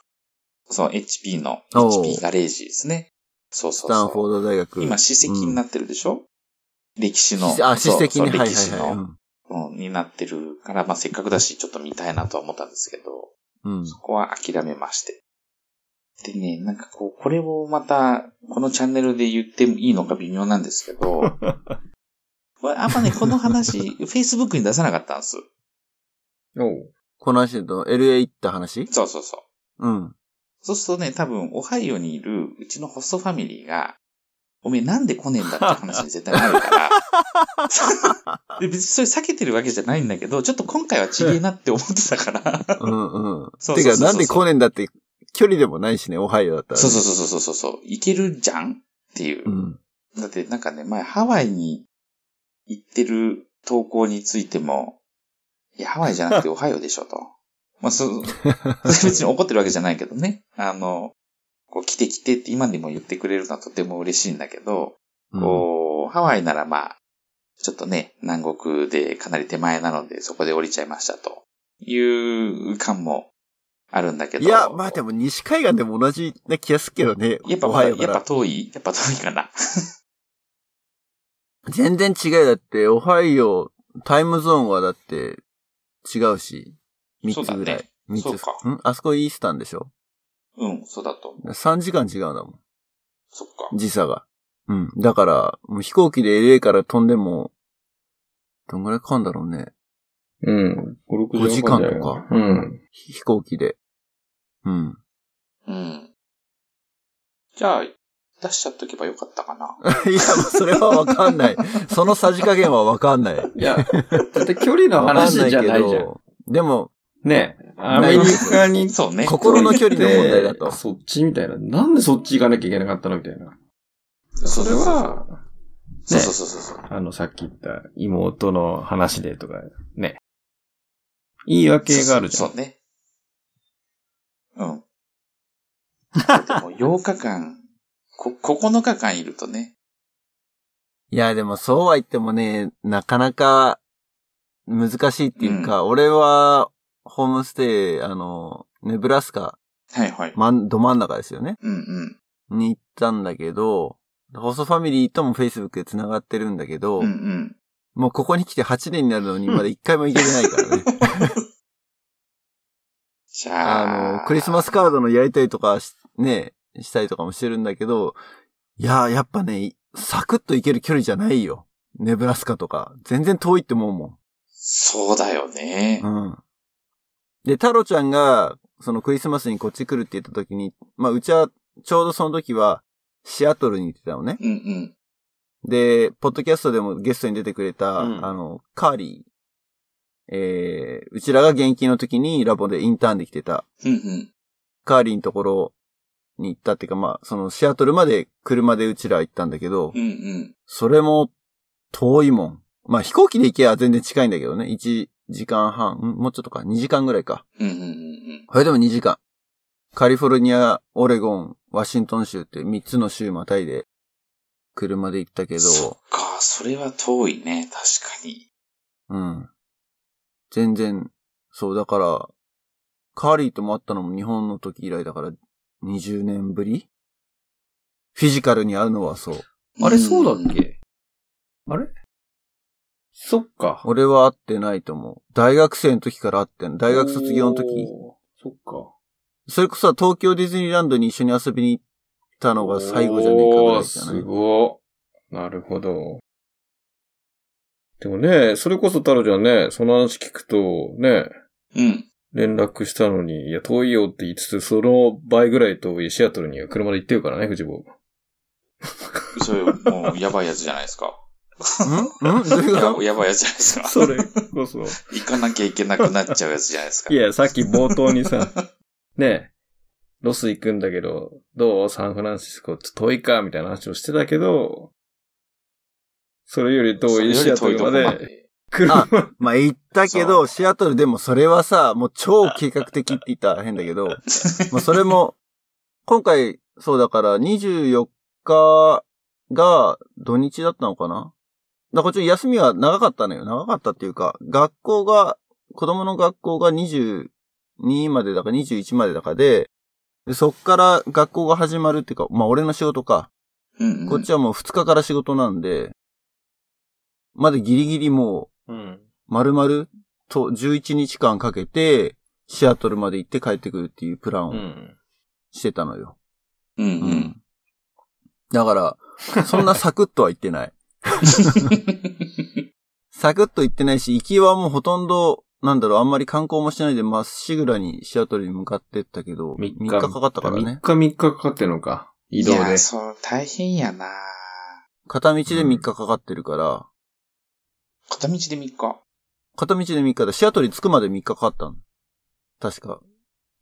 C: その HP の、
A: おう
C: HP ガレージですね。そうそ
A: ス
C: う
A: タンフ
C: そ
A: ォード大学。
C: う。今、史跡になってるでしょ、歴史の。
A: あ、史
C: そ
A: 跡
C: う
A: ね。
C: そう
A: はい
C: 歴史
A: はい
C: の、
A: はい。
C: うんになってるから、まあ、せっかくだし、ちょっと見たいなとは思ったんですけど、
A: うん。うん
C: そこは諦めまして。でね、なんかこう、これをまた、このチャンネルで言ってもいいのか微妙なんですけ
A: *laughs*
C: ど、これあんまね、この話、Facebook に出さなかったんです。
B: おう。
A: この話だと、LA 行った話
C: そうそうそう。
A: うん。
C: そうするとね、多分、オハイオにいるうちのホストファミリーが、おめえなんで来ねえんだって話に絶対な
A: *laughs*
C: るから。で別にそれ避けてるわけじゃないんだけど、ちょっと今回はちげえなって思ってたから。
A: うんうん。
C: そうそうそう
A: て
C: そう
A: か、なんで来ねえんだって、距離でもないしね、オハイオだったら。
C: そうそうそうそうそうそう。いけるじゃんっていう
A: う。ん。
C: だってなんかね、前ハワイに行ってる投稿についても、いや、ハワイじゃなくてオハイオでしょと。 *laughs* まあ、そう、別に怒ってるわけじゃないけどね。あの、こう、来て来てって今でも言ってくれるのはとても嬉しいんだけど、
A: うん。
C: こう、ハワイならまあ、ちょっとね、南国でかなり手前なので、そこで降りちゃいましたという感もあるんだけど。
A: いや、まあでも西海岸でも同じな気がするけどね。
C: やっぱ
A: オ
C: ま
A: ハ
C: だ、
A: イオ
C: や
A: か
C: っぱ
A: ら。
C: 遠いやっぱ遠いかな。
A: 全然違いだって、オハイオ、タイムゾーンはだって、違うし。三つぐら
C: そうだね
A: い。三つ。
C: そうか
A: んあそこイースタンでしょ
C: うん、そうだと思う。
A: ?3 時間違うんだもん。
C: そっか。
A: 時差が。うん。だから、もう飛行機で LA から飛んでも、どんぐらいかかんだろうね。
B: うん。5、
A: 5時間と
B: か
A: か。
B: うん。
A: 飛行機で。うん。
C: うん。じゃあ、出しちゃっとけばよかったかな。
A: いや、それはわかんない。そのさじ加減はわかんない。
B: いや、だって距離の
A: わかんな
B: 話
A: い
B: じゃ
A: け
B: ないじゃん。 *laughs*
A: ど。でも、
B: ねアメリカに
C: そうね。
A: 心の距離の問題だと
B: そっちみたいな。なんでそっち行かなきゃいけなかったのみたいな。
C: そ
B: それ、は、
C: そうそうそうそう。
B: あの、さっき言った妹の話でとか、ね。言い訳があるじゃん。
C: そうね。うん。でも8日間、 *laughs* こ、9日間いるとね。
A: いや、でもそうは言ってもね、なかなか難しいっていうか、俺は、ホームステイ、あの、ネブラスカ、
C: はいはい。
A: まん、ど真ん中ですよね。
C: うんうん。
A: に行ったんだけど、ホソファミリーとも Facebook で繋がってるんだけど、
C: うんうん。
A: もうここに来て8年になるのにまだ1回も行けてないからね。
C: じ
A: あ
C: ゃあ、
A: の、クリスマスカードのやりたりとかしね、したりとかもしてるんだけど、いやー、やっぱね、サクッといける距離じゃないよ。ネブラスカとか。全然遠いって思うもん。
C: そうだよね。
A: うん。で、太郎ちゃんが、そのクリスマスにこっち来るって言った時に、まあ、うちは、ちょうどその時は、シアトルに行ってたのね。
C: うんうん。
A: で、ポッドキャストでもゲストに出てくれた、
B: うん
A: あの、カーリー。えー、うちらが現金の時にラボでインターンで来てた、
C: うんうん。
A: カーリーのところに行ったっていうか、まあ、そのシアトルまで車でうちら行ったんだけど、
C: うんうん。
A: それも遠いもん。まあ、飛行機で行けば全然近いんだけどね。1時間半、んもうちょっとか、2時間ぐらいか。
C: うんうんうん
A: これでも2時間。カリフォルニア、オレゴン、ワシントン州って3つの州またいで車で行ったけ
C: うん。
A: ど、
C: そっか、それは遠いね。確かに。
A: うん。全然、そう、だから、カーリーとも会ったのも日本の時以来だから、20年ぶりフィジカルに会うのはそう。
B: あれそうだ
C: ん
B: っけあれそっか。
A: 俺は会ってないと思う。大学生の時から会ってん大学卒業の時。
B: おー。そっか。
A: それこそ東京ディズニーランドに一緒に遊びに行ったのが最後じゃねえかぐらいじゃな
B: おーす
A: い
B: ごい。なるほど。でもね、それこそ太郎ちゃんね、その話聞くと、ね、
C: うん。
B: 連絡したのに、いや、遠いよって言いつつ、その倍ぐらい遠いシアトルには車で行ってるからね、藤坊。
C: それ、もう、やばいやつじゃないですか。
A: んんどういうこと
C: ややばいやつじゃないで
A: *laughs*
C: すか。
B: それこそ。
C: 行かなきゃいけなくなっちゃうやつじゃないです
B: *laughs*
C: か。
B: いや、さっき冒頭に
C: *laughs*
B: さ、ね、ロス行くんだけど、どうサンフランシスコって遠いかみたいな話をしてたけど、それより
C: そ
B: 遠
C: れ
B: い
C: よ
B: シ
C: り
B: アト
C: 遠い
B: ル
C: とこ
B: ま
C: ま
B: で、
C: で。
B: 車、
A: まあ行ったけ
C: そ
A: ど、
C: う
A: シアトルでもそれはさ、もう超計画的って言ったら変だけ
C: *laughs*
A: ど、まあそれも、今回、そうだから24日が土日だったのかなだからこっちの休みは長かったのよ。長かったっていうか、学校が、子供の学校が22までだか21までだかで、でそっから学校が始まるっていうか、まあ俺の仕事か。
C: うんうん
A: こっちはもう2日から仕事なんで、まだギリギリもう
B: うん。
A: 丸々と11日間かけて、シアトルまで行って帰ってくるっていうプラン
B: う
A: を
B: ん。
A: してたのよ。
C: うんうん。
A: だから、そんなサクッとは行ってない。 *laughs*
C: *laughs*
A: サクッと行ってないし、行きはもうほとんど、なんだろう、あんまり観光もしてないで、まっしぐらにシアトルに向かってったけど、3日かかったから
B: 3
A: ね。
B: 日3日かかってんのか。移動
C: い
B: で
C: や、。そう、大変やな
A: 片道で3日かかってるから、
C: 片道で3日。
A: 片道で3日だ。シアトルに着くまで3日かかったの。確か。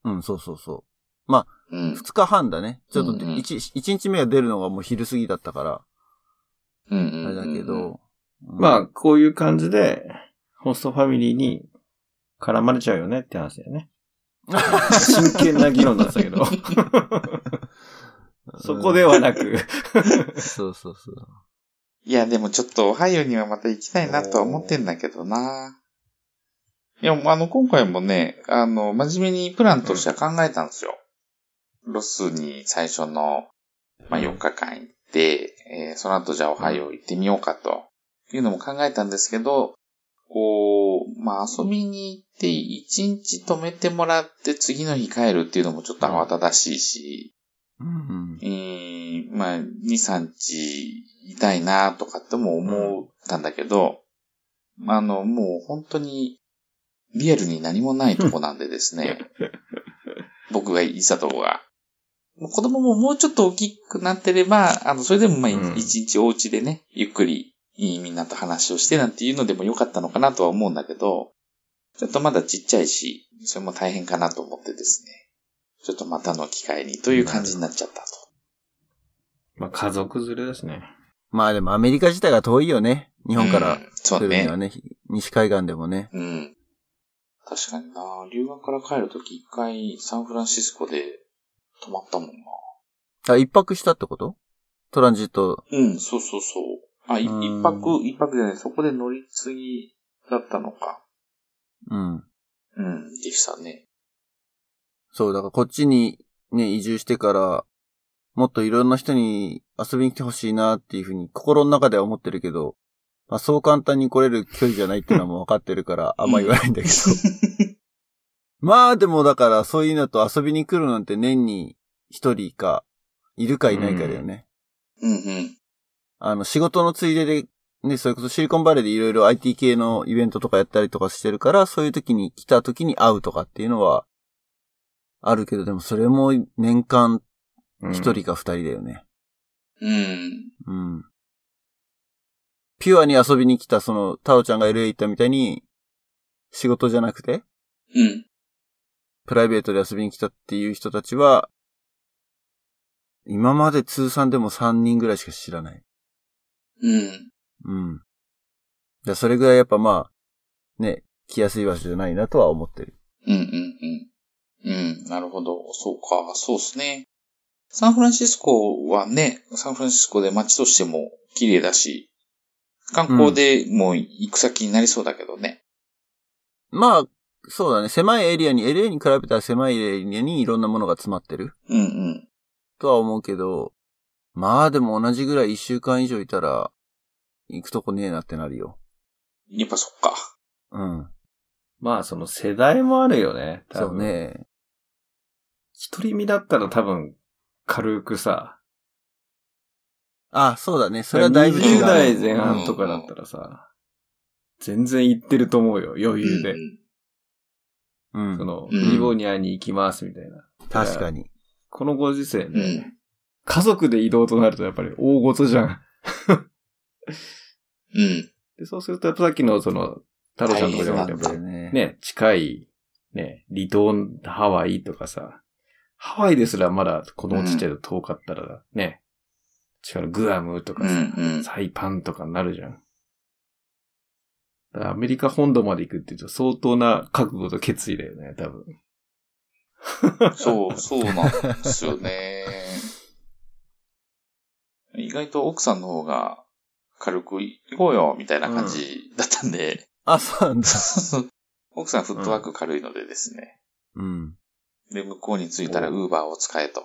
A: うん、そうそうそう。
C: うん。
A: 2日半だね。ちょっと
C: うんうん
A: 1, 1日目が出るのがもう昼過ぎだったから、
C: うん
A: あ
C: う
A: れ
C: ん
A: だけど。
B: ま
A: あ、
B: あ、こういう感じで、ホストファミリーに絡まれちゃうよねって話だ
A: *laughs*
B: よね。真剣な議論だったけど。そこではなく。
A: そうそうそう。
C: いや、でもちょっとオハイオにはまた行きたいなとは思ってんだけどないや、もうあの、今回もね、あの、真面目にプランとしては考えたんですよ。ロスに最初の、まあ、4日間行って、えーその後じゃあオハイオ行ってみようかと、いうのも考えたんですけど、こう、まあ、遊びに行って、1日泊めてもらって次の日帰るっていうのもちょっと慌ただしいし、
A: うん
C: えーまあ、2、3日いたいなとかっても思ったんだけど、まああの、もう本当にリアルに何もないとこなんでですね、僕がいたとこが。もう子供ももうちょっと大きくなってれば、あの、それでもまあ、
B: うん
C: 一日お家でね、ゆっくり、いいみんなと話をしてなんていうのでもよかったのかなとは思うんだけど、ちょっとまだちっちゃいし、それも大変かなと思ってですね、ちょっとまたの機会にという感じになっちゃったと。
B: まあ、家族連れですね。
A: まあでもアメリカ自体が遠いよね。日本か
C: う
A: ら
C: ん
A: 来
C: そう
A: るに
C: ね
A: は。ね、西海岸でもね。
C: うん。確かにな留学から帰るとき一回サンフランシスコで泊まったもんな。
A: あ、一泊したってことトランジット。
C: うん、そうそうそう。あ、い
A: うん
C: 一泊、一泊じゃない、そこで乗り継ぎだったのか。
A: うん。
C: うん、でしたね。
A: そう、だからこっちにね、移住してから、もっといろんな人に遊びに来てほしいなっていうふうに心の中では思ってるけど、まあそう簡単に来れる距離じゃないっていうのはもう分かってるから、あんま言わないんだけど。まあでもだからそういうのと遊びに来るなんて年に一人か、いるかいないかだよね。
C: うんうん。
A: あの、仕事のついでで、ね、それこそシリコンバレーでいろいろ IT 系のイベントとかやったりとかしてるから、そういう時に来た時に会うとかっていうのは、あるけど、でもそれも年間
B: うん
A: 一人か二人だよね。
C: うん。
A: うん。ピュアに遊びに来た、その、タオちゃんが LA 行ったみたいに、仕事じゃなくて、
C: うん。
A: プライベートで遊びに来たっていう人たちは、今まで通算でも3人ぐらいしか知らない。
C: うん。
A: うん。じゃそれぐらいやっぱまあ、ね、来やすい場所じゃないなとは思ってる。
C: うんうんうん。うん、なるほど。そうか、そうですね。サンフランシスコはね、サンフランシスコで街としても綺麗だし、観光でもう行く先になりそうだけどね。
A: まあ、そうだね。狭いエリアに、LA に比べたら狭いエリアにいろんなものが詰まってる
C: うんうん。
A: とは思うけど、まあでも同じぐらい1週間以上いたら、行くとこねえなってなるよ。
C: やっぱそっか。
A: うん。
B: まあ、その世代もあるよね。多
A: そ
B: 分
A: う。ね。
B: 一人身だったら多分、軽くさ。
A: あ、そうだね。それはだいぶ違
B: 20
A: う。
B: 代前半とかだったらさ、全然行ってると思うよ、余裕で
C: う。ん
A: う
B: そ
A: ん。
B: の、
C: うん
B: リボニアに行きますみたいな。
A: 確かに。
B: このご時世
C: うん。う
B: ね、
C: ん
B: 家族で移動となるとやっぱり大ごとじゃん。
C: うん。
B: で、そうするとやっぱさっきのその、太郎ちゃんとかじゃなくて、やっぱ
A: ね
B: りね、近い、ね、離島、ハワイとかさ、ハワイですらまだ子供ちっちゃいと遠かったらね、違うグアムと
C: う
B: かさ、
C: んうん。
B: サイパンとかになるじゃん。だからアメリカ本土まで行くって言うと相当な覚悟と決意だよね、多分。
C: そう、そうなんですよね。意外と奥さんの方が軽く行こうよ、みたいな感じだったんで。
A: あ、そうなんだ。
C: 奥さんフットワーク軽いのでですね。
A: うん。
C: で、向こうに着いたらウ
B: お
C: ーバーを使えと、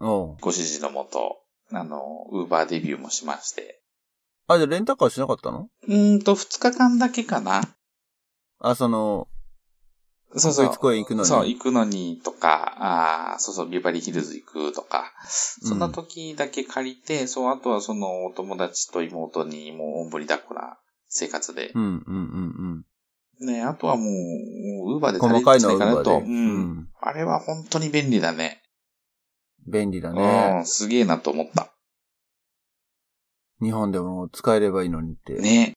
A: おう
C: ご指示のもと、あの、ウーバーデビューもしまして。
A: あ、じゃあレンタカーしなかったの
C: うーんと、二日間だけかな。
A: あ、その、
C: そうそう。
A: 国立公園行くのに
C: そう、行くのにとか、あーそうそう、ビバリーヒルズ行くとか、そんな時だけ借りて、そう、あとはその、お友達と妹にもう、おんぶに抱っこな生活で。
A: うん、うん、うん、
C: ね、あとはもう、ウーバー
A: う
C: で
A: ん。細
C: 足りるん
A: かい
C: じゃ
A: の
C: な
A: はいウ
C: かな
A: ーバ
C: と。
A: ー
C: う
A: で。
C: ん。。あれは本当に便利だね。
A: 便利だね。
C: うん、すげえなと思った。
A: 日本でも使えればいいのにって。
C: ね。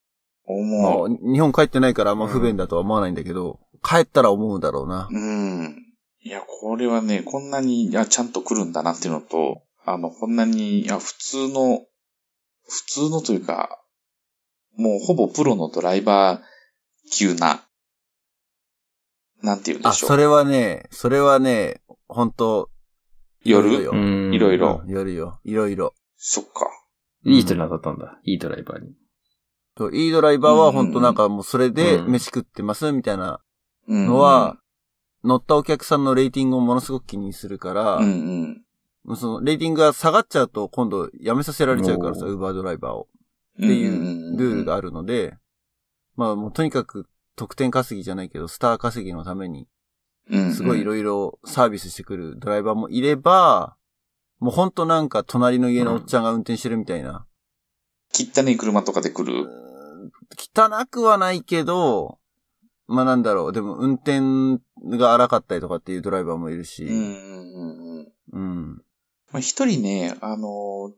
A: ま
C: 思
A: あ
C: う。
A: 日本帰ってないからあんま不便だとは思わないんだけど、帰ったら思うんだろうな。
C: うん。いや、これはね、こんなに、あ、ちゃんと来るんだなっていうのと、あの、こんなに、いや、普通の、普通のというか、もうほぼプロのドライバー級な、なんて言うんで
A: あ、
C: しょ。
A: そうれはね、それはね、本当
C: 夜
A: よ。
B: ん
C: いろいろ
A: うん夜よ。いろいろ。
C: そっか。
B: いい人に当たったんだ。いいドライバーに。
A: と、いいドライバーは本当なんかもうそれで飯食ってますみたいな
C: うん。
A: のは、、乗ったお客さんのレーティングをものすごく気にするから、
C: うんうん。
A: もうそのレーティングが下がっちゃうと今度やめさせられちゃうからさ、
B: おー
A: ウーバードライバーを。
C: って
A: っていうルールが
C: あ
A: あるので、まあもうとにかく得点稼ぎじゃないけど、スター稼ぎのために、
C: る
A: すごいいろいろサービスしてくるドライバーもいれば、もうほんとなんか隣の家のおっちゃんが運転してるみたいな。
C: 汚い車とかで来
A: う
C: る。
A: ーん汚くはないけど、まあなんだろう、でも運転が荒かったりとかっていうドライバーもいるし、
C: うんうんうんうん。
A: うん。
C: まあ、一人ね、あの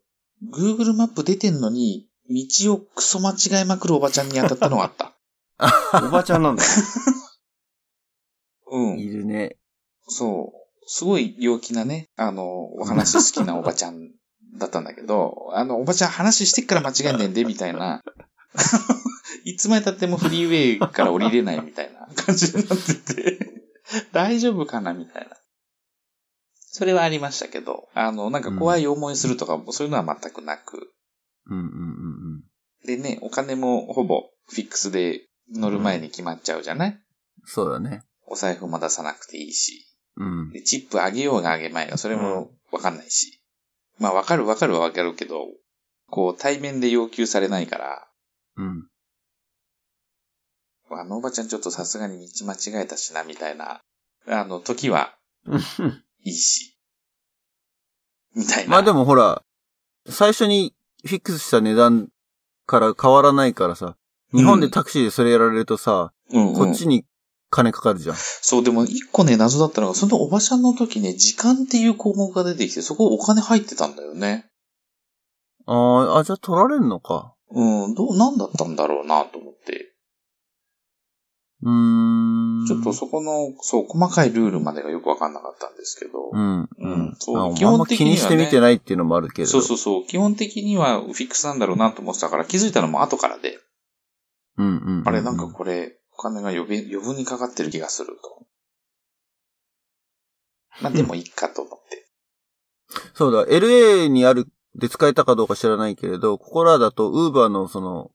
C: ー、Google マップ出てんのに、道をクソ間違えまくるおばちゃんに当たったのがあった。
B: おばちゃんなんだ。
C: *laughs* う
A: い
C: ん。
A: るね。
C: そう。すごい陽気なね、あのー、お話好きなおばちゃんだったんだけど、 *laughs* あの、おばちゃん話してっから間違えんねんで、みたいな。 *laughs* いつまで経ってもフリーウェイから降りれないみたいな *laughs* 感じになってて、 *laughs* 大丈夫かなみたいな。それはありましたけど、あの、なんか怖い思いするとか、そういうのは全くなく、
A: うんうんうんうん。
C: でね、お金もほぼフィックスで乗る前に決まっちゃうじゃない、
A: そうだね。
C: お財布も出さなくていいし。
A: うん。
C: で、チップ上げようが上げまいが、それもわかんないし。まあ、わかるわかるはわかるけど、こう、対面で要求されないから、
A: うん。
C: あのおばちゃんちょっとさすがに道間違えたしな、みたいな、あの、時は
B: うん
C: いいし。みたいな。
A: まあでもほら、最初にフィックスした値段から変わらないからさ、日本でタクシーでそれやられるとさ、
C: うんうん、
A: こっちに金かかるじゃん。
C: そう、でも一個ね、謎だったのが、そのおばちゃんの時ね、時間っていう項目が出てきて、そこお金入ってたんだよね。
A: あーあ、じゃあ取られんのか。
C: うん、どう、なんだったんだろうなと思って。
A: うーん。
C: ちょっとそこの、そう、細かいルールまでがよくわかんなかったんですけど。
A: うん。
C: うんそう
A: あ
C: 基本的にはね
A: あんま気にしてみてないっていうのもあるけれど。
C: そうそうそう。基本的にはフィックスなんだろうなと思ってたから、気づいたのも後からで、
A: う。うんうん、
C: あれなんかこれ、お金が余分余分にかかってる気がすると。まあでもいいかと思って。
A: そうだ、LA にあるで使えたかどうか知らないけれど、ここらだと Uber のその、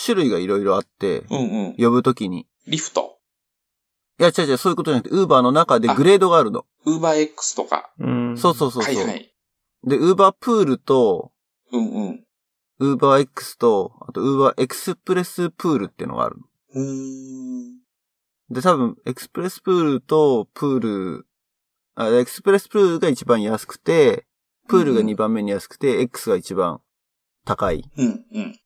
A: 種類がいろいろあって、
C: うんうん。
A: 呼ぶときに。
C: リフト。
A: いや、違う違う、そういうことじゃなくて、Uber の中でグレードがあるの。
C: ウーバー X とか。
B: *laughs* うん
A: そうそうそう
C: は
A: そ。
C: いうはい。
A: で、Uber プールと、
C: うんうん。
A: Uber X と、あと Uber エクスプレスプールっていうのがあるの。
C: うーん。
A: で、多分、エクスプレスプールとプール、あ、エクスプレスプールが一番安くて、プールが2番目に安くて、X が一番高い。
C: うんうん。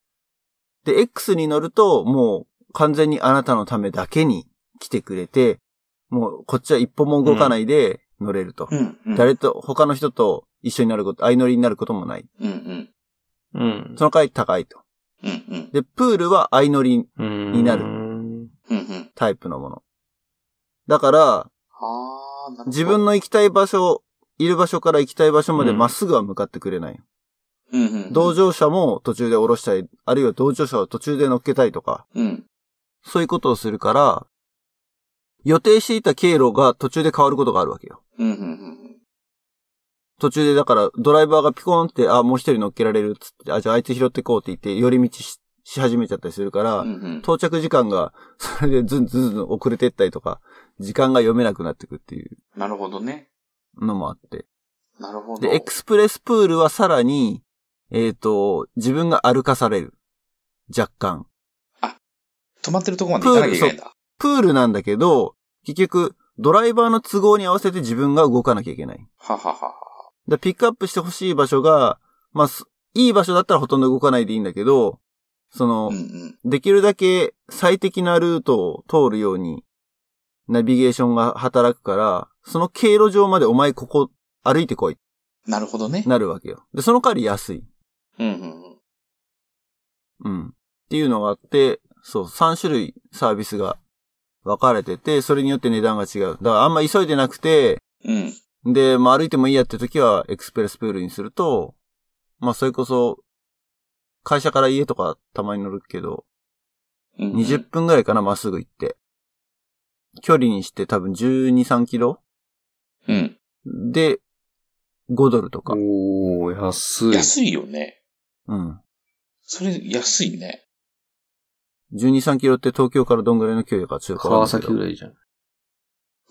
A: で、X に乗ると、もう完全にあなたのためだけに来てくれて、もうこっちは一歩も動かないで乗れると。
C: うんう
A: *laughs*
C: ん。
A: 誰と、他の人と一緒になること、相乗りになることもない。
C: うんうん。
B: うん。
A: その代わり高いと。
C: うんうん。
A: で、プールは相乗り
B: に
A: なる
C: うんうん。
A: タイプのもの。だから、
C: あー、なるほど。
A: 自分の行きたい場所、いる場所から行きたい場所までまっすぐは向かってくれない。
C: うんうん。
A: 同乗者も途中で降ろしたり、あるいは同乗者を途中で乗っけたりとか、
C: うん。
A: そういうことをするから、予定していた経路が途中で変わることがあるわけよ。
C: うんうんうん
A: 途中でだからドライバーがピコーンって、あ、もう一人乗っけられるっつって、あ、じゃああいつ拾ってこうって言って、寄り道しし始めちゃったりするから、
C: うん。うんうん。
A: 到着時間が *laughs* それでずんずんずん遅れてったりとか、時間が読めなくなってくっていう
C: なるほどね。
A: のもあって。
C: なるほど。
A: で、エクスプレスプールはさらに、えっ、と、自分が歩かされる。若干。
C: 止まってるとこまで行かなきゃいけないんだ。
A: プールなんだけど、結局、ドライバーの都合に合わせて自分が動かなきゃいけない。
C: はははは。
A: で、ピックアップしてほしい場所が、まあ、すいい場所だったらほとんど動かないでいいんだけど、その、
C: うんうん。
A: できるだけ最適なルートを通るように、ナビゲーションが働くから、その経路上までお前ここ歩いてこい、
C: なるほどね。
A: なるわけよ。で、その代わり安い。
C: うんうん
A: うん。っていうのがあって、そう、3種類サービスが分かれてて、それによって値段が違う。だからあんま急いでなくて、
C: うん。うん。
A: で、まあ、歩いてもいいやって時は、エクスプレスプールにすると、まあ、それこそ、会社から家とかたまに乗るけど、
C: うんうん
A: 20分ぐらいかな、まっすぐ行って。距離にして多分12、3キロ
C: うん。
A: で、5ドルとか。
B: おー、安い。
C: 安いよね。
A: うん。
C: それ、安いね。
A: 12、3キロって東京からどんぐらいの距離かちょっと
B: 川崎ぐ
A: い。
B: らいじゃん。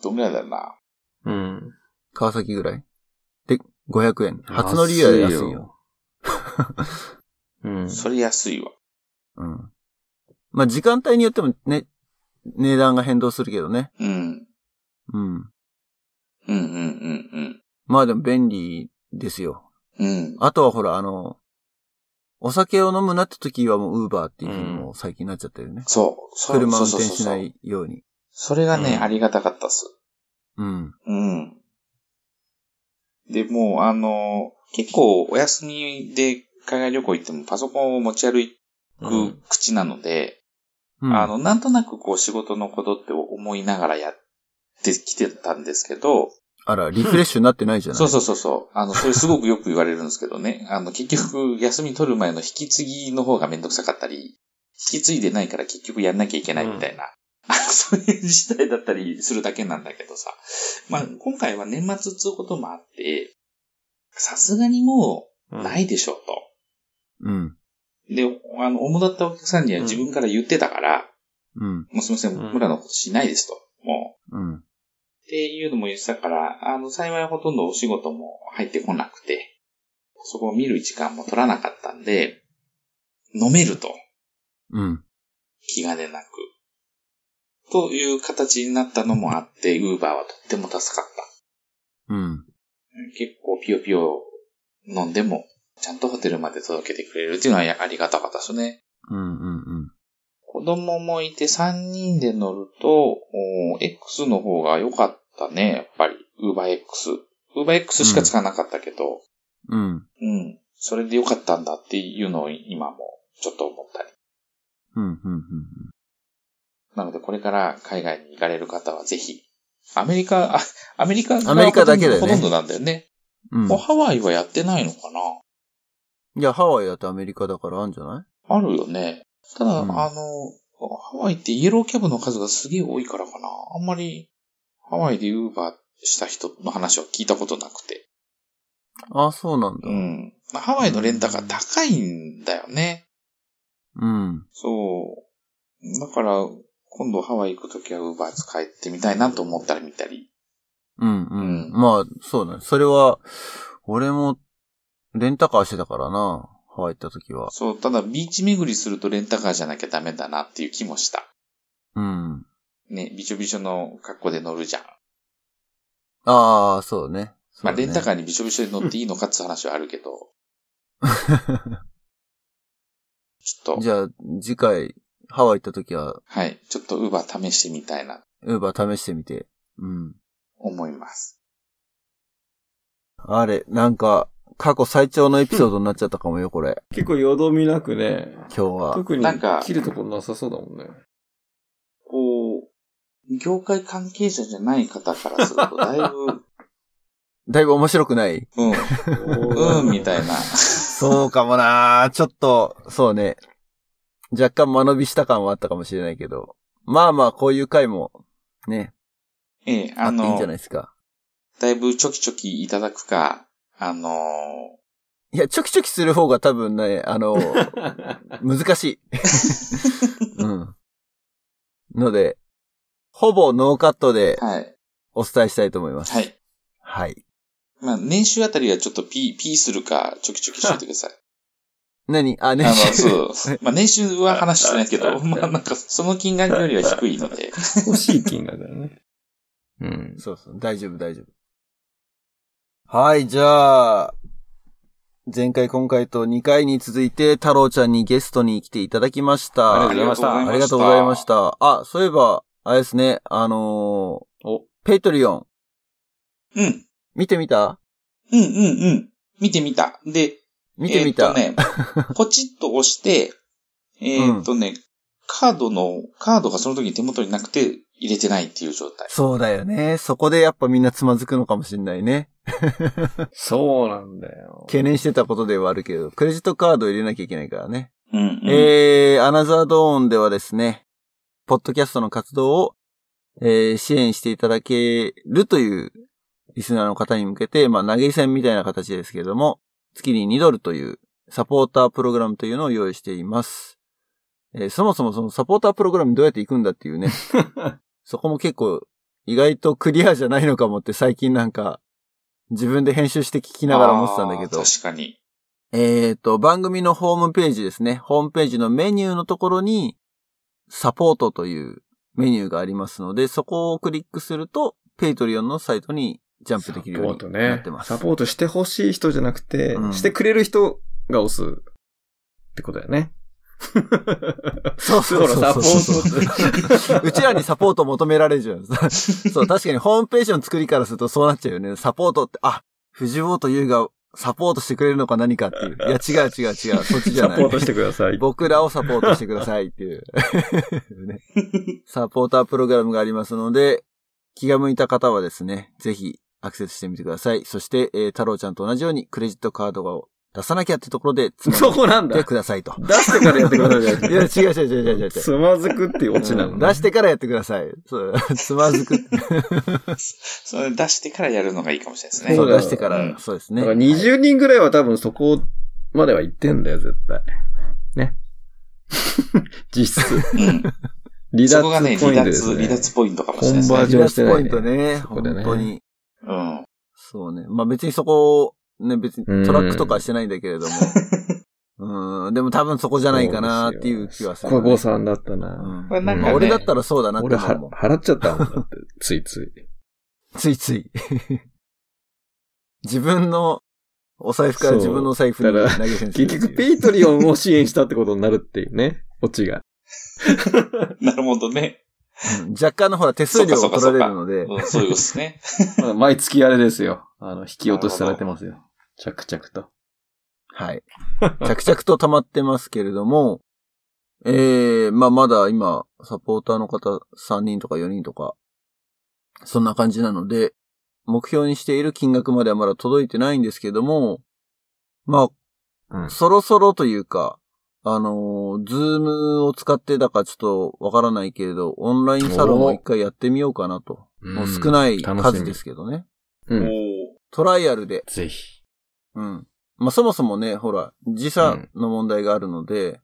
C: どんぐらいだよな。
B: うん。
A: 川崎ぐらいで、500円。初乗りより安いよ。
B: 安
A: *laughs*
B: いようん。
C: それ安いわ。
A: うん。まあ、時間帯によってもね、値段が変動するけどね。
C: うん。
A: うん。
C: うんうん
A: まあでも便利ですよ。
C: うんうん。
A: あとはほら、あの、お酒を飲むなって時はもうウーバーっていうふうにもう最近なっちゃってるね。
C: そう。そう
A: 車運
C: そう
A: 転
C: そう
A: し
C: そ
A: な
C: うそう
A: いように。
C: それがね、
B: うん
C: ありがたかったっす。
A: うん。
C: うん。で、もう、あの、結構お休みで海外旅行行ってもパソコンを持ち歩
B: うん
C: く口なので、
A: うん
C: あの、なんとなくこう仕事のことって思いながらやってきてたんですけど、
A: あら、リフレッシュになってないじゃない
C: そうそうそうそう。あの、それすごくよく言われるんですけどね。 *laughs* あの、結局、休み取る前の引き継ぎの方がめんどくさかったり、引き継いでないから結局やんなきゃいけないみたいな。あの *laughs* そういう事態だったりするだけなんだけどさ。まあ、今回は年末つうこともあって、さすがにもう、ないでしょう
A: うん。
C: と。で、あの、主だったお客さんには自分から言ってたから、
A: うん。
C: もうすみません、
B: うん
C: 村のことしないですと。もう、
A: うん。
C: っていうのも言ってたから、あの、幸いほとんどお仕事も入ってこなくて、そこを見る時間も取らなかったんで、飲めると、
A: うん。
C: 気兼ねなく。という形になったのもあって、ウーバーはとっても助かった。
A: うん。
C: 結構ピヨピヨ飲んでも、ちゃんとホテルまで届けてくれるっていうのはやありがたかったですね。
A: うんうんうん。
C: 子供もいて3人で乗ると、おー X の方が良かったね、やっぱり。UberX。UberX しか使わなかったけど、
A: うん。
C: うん、それで良かったんだっていうのを今もちょっと思ったり。
A: うんうんうんうん。
C: なのでこれから海外に行かれる方はぜひ、アメリカ、あアメリカが
A: アメリカだけだよね
C: ほとんどなんだよね。
A: うん
C: もうハワイはやってないのかない
A: や、ハワイだってアメリカだからあんじゃない
C: あるよね。ただ、
A: うん
C: あの、ハワイってイエローキャブの数がすげえ多いからかな。あんまり、ハワイでウーバーした人の話は聞いたことなくて。
A: ああ、そうなんだ
C: う。ん。ハワイのレンタカー高いんだよね。
A: うん。
C: そう。だから、今度ハワイ行くときはウーバー使ってみたいなと思ったり見たり。
A: うんう。
C: うんん
A: まあ、そうだね。それは、俺も、レンタカーしてたからな。ハワイ行った時は。
C: そう、ただビーチ巡りするとレンタカーじゃなきゃダメだなっていう気もした。
A: うん。
C: ね、びちょびちょの格好で乗るじゃん。
A: ああ、そうね。
C: まあ、レンタ
A: ー。
C: カーにびちょびちょで乗っていいのかっていう話はある
A: *laughs*
C: けど、ちょっと。
A: じゃあ、次回、ハワイ行った時は、
C: はい。ちょっとウーバー試してみたいな、
A: ウーバー試してみて。うん。
C: 思います。
A: あれ、なんか、過去最長のエピソードになっちゃったかもよ、これ。
B: 結構よどみなくね。
A: 今日は。
B: 特に
C: なんか
B: 切るとこなさそうだもんね。
C: こう、業界関係者じゃない方からすると、だい
A: *laughs*
C: ぶ、
A: だいぶ面白くない
C: うん、うん、みたいな。
A: そうかもなちょっと、そうね。若干間延びした感はあったかもしれないけど。まあまあ、こういう回も、ね、
C: ええ、
A: あ
C: あ
A: っていいん
C: の
A: じゃないですか。
C: だいぶちょきちょきいただくか、あの
A: いや、ちょきちょきする方が多分ね、あ *laughs* の、難しい。うん。ので、ほぼノーカットで
C: ーはい、
A: お伝えしたいと思います。
C: はい。
A: はい。
C: まあ、年収あたりはちょっとピー、ピーするか、ちょきちょきしといてく
A: *laughs*
C: ださい。
A: 何あ、
C: あ
A: ね
C: の、、そう。まあ、年収は話してない
A: *laughs*
C: けど、まあ、なんか、その金額よりは低いので、
B: *laughs* 欲しい金額だよね。うん。
A: そうそう、大丈夫、大丈夫。はい、じゃあ、前回、今回と2回に続いて、太郎ちゃんにゲストに来ていただきました。
B: ありがとうございました
A: ありがとうございまし。た。あ、そういえば、あれですね、あの
B: お、
A: ー、ペイトリオン、
C: うん、
A: 見てみた
C: うん、うん、うん。見てみた。で、
A: 見てみた。
C: えーっ
A: *laughs*
C: とね、ポチッと押して、えーっとね、カードの、カードがその時に手元になくて入れてないっていう状態。
A: そうだよね。そこでやっぱみんなつまずくのかもしれないね。
B: そうなんだよ。
A: 懸念してたことではあるけど、クレジットカード入れなきゃいけないからね。
C: うん、うん。
A: えー、アナザードーンではですね、ポッドキャストの活動を、えー支援していただけるというリスナーの方に向けて、まあ、投げ銭みたいな形ですけれども、月に2ドルというサポータープログラムというのを用意しています。えーそもそもそのサポータープログラムどうやって行くんだって
C: *laughs*
A: いうね、そこも結構意外とクリアじゃないのかもって最近なんか自分で編集して聞きながら思ってたんだけど
C: あー。確かに。
A: えっ、と、番組のホームページですね。ホームページのメニューのところに、サポートというメニューがありますので、そこをクリックすると、ペイトリオンのサイトにジャンプできるようになってます。
B: サポートしてほしい人じゃなくて、
A: うん
B: してくれる人が押すってことだよね。
A: そうそうそうそう
B: だからサポート。
A: うちらにサポート求められるじゃん。
B: *laughs*
A: そう、確かにホームページの作りからするとそうなっちゃうよね。サポートって、あ、藤本優がサポートしてくれるのか何かっていう。いや、違う違う違う。そっちじゃ
B: サ
A: ない。
B: ポートしてください。
A: 僕らをサポートしてくださいっていう、ねサポータープログラムがありますので、気が向いた方はですね、ぜひアクセスしてみてください。そして、えー、太郎ちゃんと同じようにクレジットカードを出さなきゃってところで、つま
B: そこなん
A: んで
B: だ。
A: くださいと。
B: 出してからやってくださいじゃなく
A: い
B: て
A: や、違う違う違う違う違う。
B: *laughs* つまずくっていうオチなの、
A: う
B: ね
A: ん出してからやってください。
B: *laughs*
A: そう、つまずく。
C: それ出してからやるのがいいかもしれないです
A: そ
B: そうう
C: ね。
B: だ
A: 出してから、
C: うん
A: そうですね。
B: だから
A: はい
B: 20人ぐらいは多分そこまでは行ってんだよ、絶対。ね。 *laughs* 実質。
C: うん。
B: 離
C: そこがね、
B: 脱ポ
C: 離
B: イントです、
C: 脱、
B: ね。
C: 離脱ポイントかもしれないです
B: コンバー
C: ね
B: ジ。ョンしてないね
A: ポイントね。
B: そこでね
A: 本当に。
C: うん。
A: そうね。まあ別にそこを、ね、別に
B: うん
A: トラックとかはしてないんだけれど
B: *laughs*
A: も。うん、んでも多分そこじゃないかなっていう気はする、
B: これ誤算だったな。
A: うん
C: これなんか
A: まあ
C: ね
A: 俺だったらそうだなって
B: 俺
A: 思
B: は
A: うもん。
B: 払っちゃったもんだって、ついつい。
A: *laughs* ついつい。自分のお財布から自分の財布に
B: そうだか
A: 投げ銭するって
B: *laughs* 結
A: いう。
B: 局、ペイトリオンを支援したってことになるっていうね、オチが。
C: なるほどね。
A: うん若干のほら手数料
C: そ
A: を
C: っか
A: 取ら
C: そっか
A: れるので、
C: うん、そういうことですね。
B: まあ毎月あれですよ。あの、引き落としされてますよ。着々と。
A: はい。着々と溜まってますけれども、えー、まあまだ今、サポーターの方3人とか4人とか、そんな感じなので、目標にしている金額まではまだ届いてないんですけども、ま
B: う
A: あ、
B: ん
A: そろそろというか、あのーズームを使ってだかちょっとわからないけれど、オンラインサロンを一回やってみようかなと。もう少ない
B: 楽し
A: 数
B: み
A: ですけどね。
B: う
C: お
B: ん。
C: お。
A: トライアルで
B: ぜ
A: *laughs*
B: ひ。
A: うん。まあ、そもそもね、ほら、時差の問題があるので、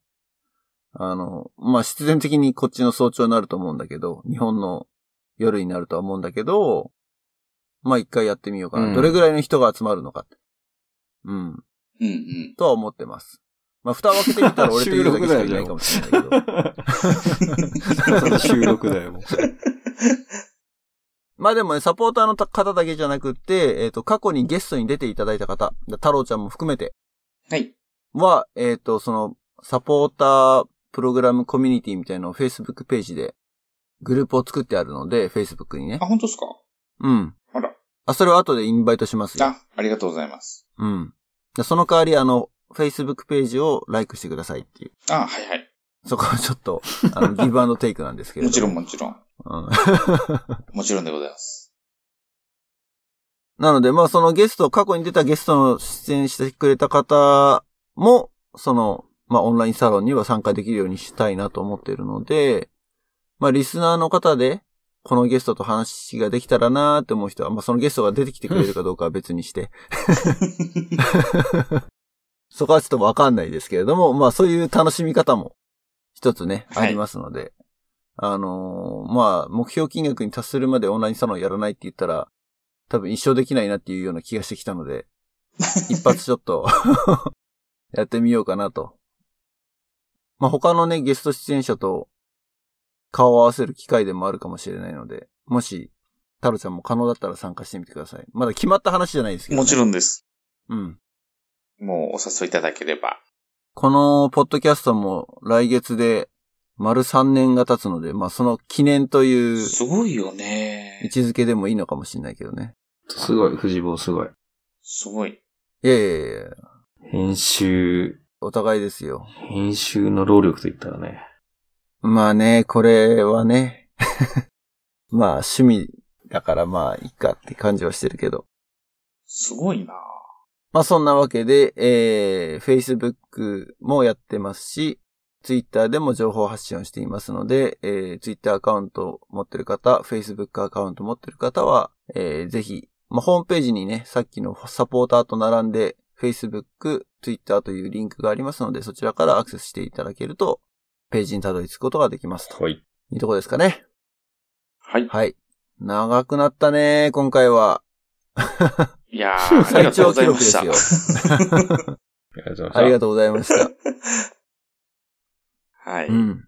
A: あの、まあ、必然的にこっちの早朝になると思うんだけど、日本の夜になるとは思うんだけど、まあ、一回やってみようかな。
B: うん
A: どれぐらいの人が集まるのかって。うん。
C: うんうん。
A: とは思ってます。まあ、蓋を開けてみたら俺と言うだけしかいないかもしれないけ
C: *laughs*
A: ど。
B: 収録だよ、もう。
A: まあでもね、サポーターの方だけじゃなくって、えっ、と、過去にゲストに出ていただいた方、太郎ちゃんも含めて、
C: はい。
A: は、えっ、と、その、サポータープログラムコミュニティみたいなのを Facebook ページでグループを作ってあるので、Facebook にね
C: あ、。本当ですか
A: うん。
C: あら。
A: あ、それは後でインバイトしますよ。
C: あ、ありがとうございます。
A: うん。でその代わり、あの、Facebook ページをライクしてくださいっていう。
C: あ、はいはい。
A: そこはちょっと、あ
C: *laughs*
A: の、ギブアンドテイクなんですけれど。
C: もちろんもちろん。
A: うん。
C: もちろんでございます。
A: なので、まあ、そのゲスト、過去に出たゲストの出演してくれた方も、その、まあ、オンラインサロンには参加できるようにしたいなと思っているので、まあ、リスナーの方で、このゲストと話ができたらなーって思う人は、まあ、そのゲストが出てきてくれるかどうかは別にして。そこはちょっとわかんないですけれども、まあ、そういう楽しみ方も、一つね、
C: は
A: あ
C: い
A: りますので、あのーまあ、目標金額に達するまでオンラインサロンやらないって言ったら、多分一生できないなっていうような気がしてきたの
C: *laughs*
A: で、一発ちょっと、やってみようかなと。まあ、他のね、ゲスト出演者と顔を合わせる機会でもあるかもしれないので、もし、タロちゃんも可能だったら参加してみてください。まだ決まった話じゃないですけど、
C: もち
A: ん。
C: ろんです。
A: うん。
C: もうお誘いいただければ。
A: このポッドキャストも来月で丸3年が経つので、まあ、その記念という
C: すごいよね
A: 位。置づけでもいいのかもしれないけどね。
B: すごい、藤坊すごい。
C: すごい。
A: いやいやいやいや
B: 編集、
A: お互いですよ。
B: 編集の労力といったらね。
A: まあね、これはね。 *laughs* まあ趣味だからまあいいかって感じはしてるけど。
C: すごいな
A: まあそんなわけで、えー、Facebook もやってますし、Twitter でも情報発信をしていますので、えー、Twitter アカウント持ってる方、Facebook アカウント持ってる方は、えー、ぜひ、まあホームページにね、さっきのサポーターと並んで、Facebook、Twitter というリンクがありますので、そちらからアクセスしていただけると、ページにたどり着くことができますと。
B: はい。
A: いいとこですかね。
C: はい。
A: はい。長くなったね、今回は。
C: いやー、あり
A: 最
C: がとう
A: 長
C: ござ
A: 記
C: いま
A: 録で
C: し
A: す
C: た
A: よ。。
B: ありがとうございました。
A: ありがとうございました。
C: はい。
A: うん。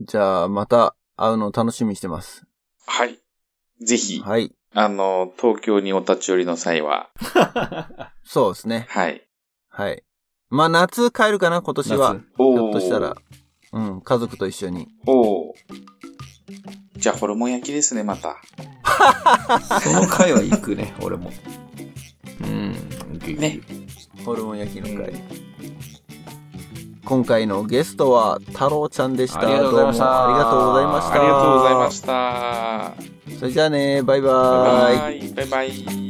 A: じゃあ、また会うのを楽しみにしてます。
C: はい。ぜひ、
A: はい。
C: あの、東京にお立ち寄りの際は、
A: そうですね。
C: はい。
A: はい。まあ、夏帰るかな、今年は
B: *laughs* 夏。
C: お
A: ひ
C: ー
A: ょっとしたら。うん、家族と一緒に。
C: おーじゃあ、ホルモン焼きですね、また。
B: その回は行くね、俺も。うん。
C: ね。
A: ホルモン焼きの会。今回のゲストは、太郎ちゃんでした。
B: ありがとうございました
A: どもありがとうございました。
C: ありがとうございました。
A: た。それじゃあね、バイバイ。
C: バイバイ。バイバイ。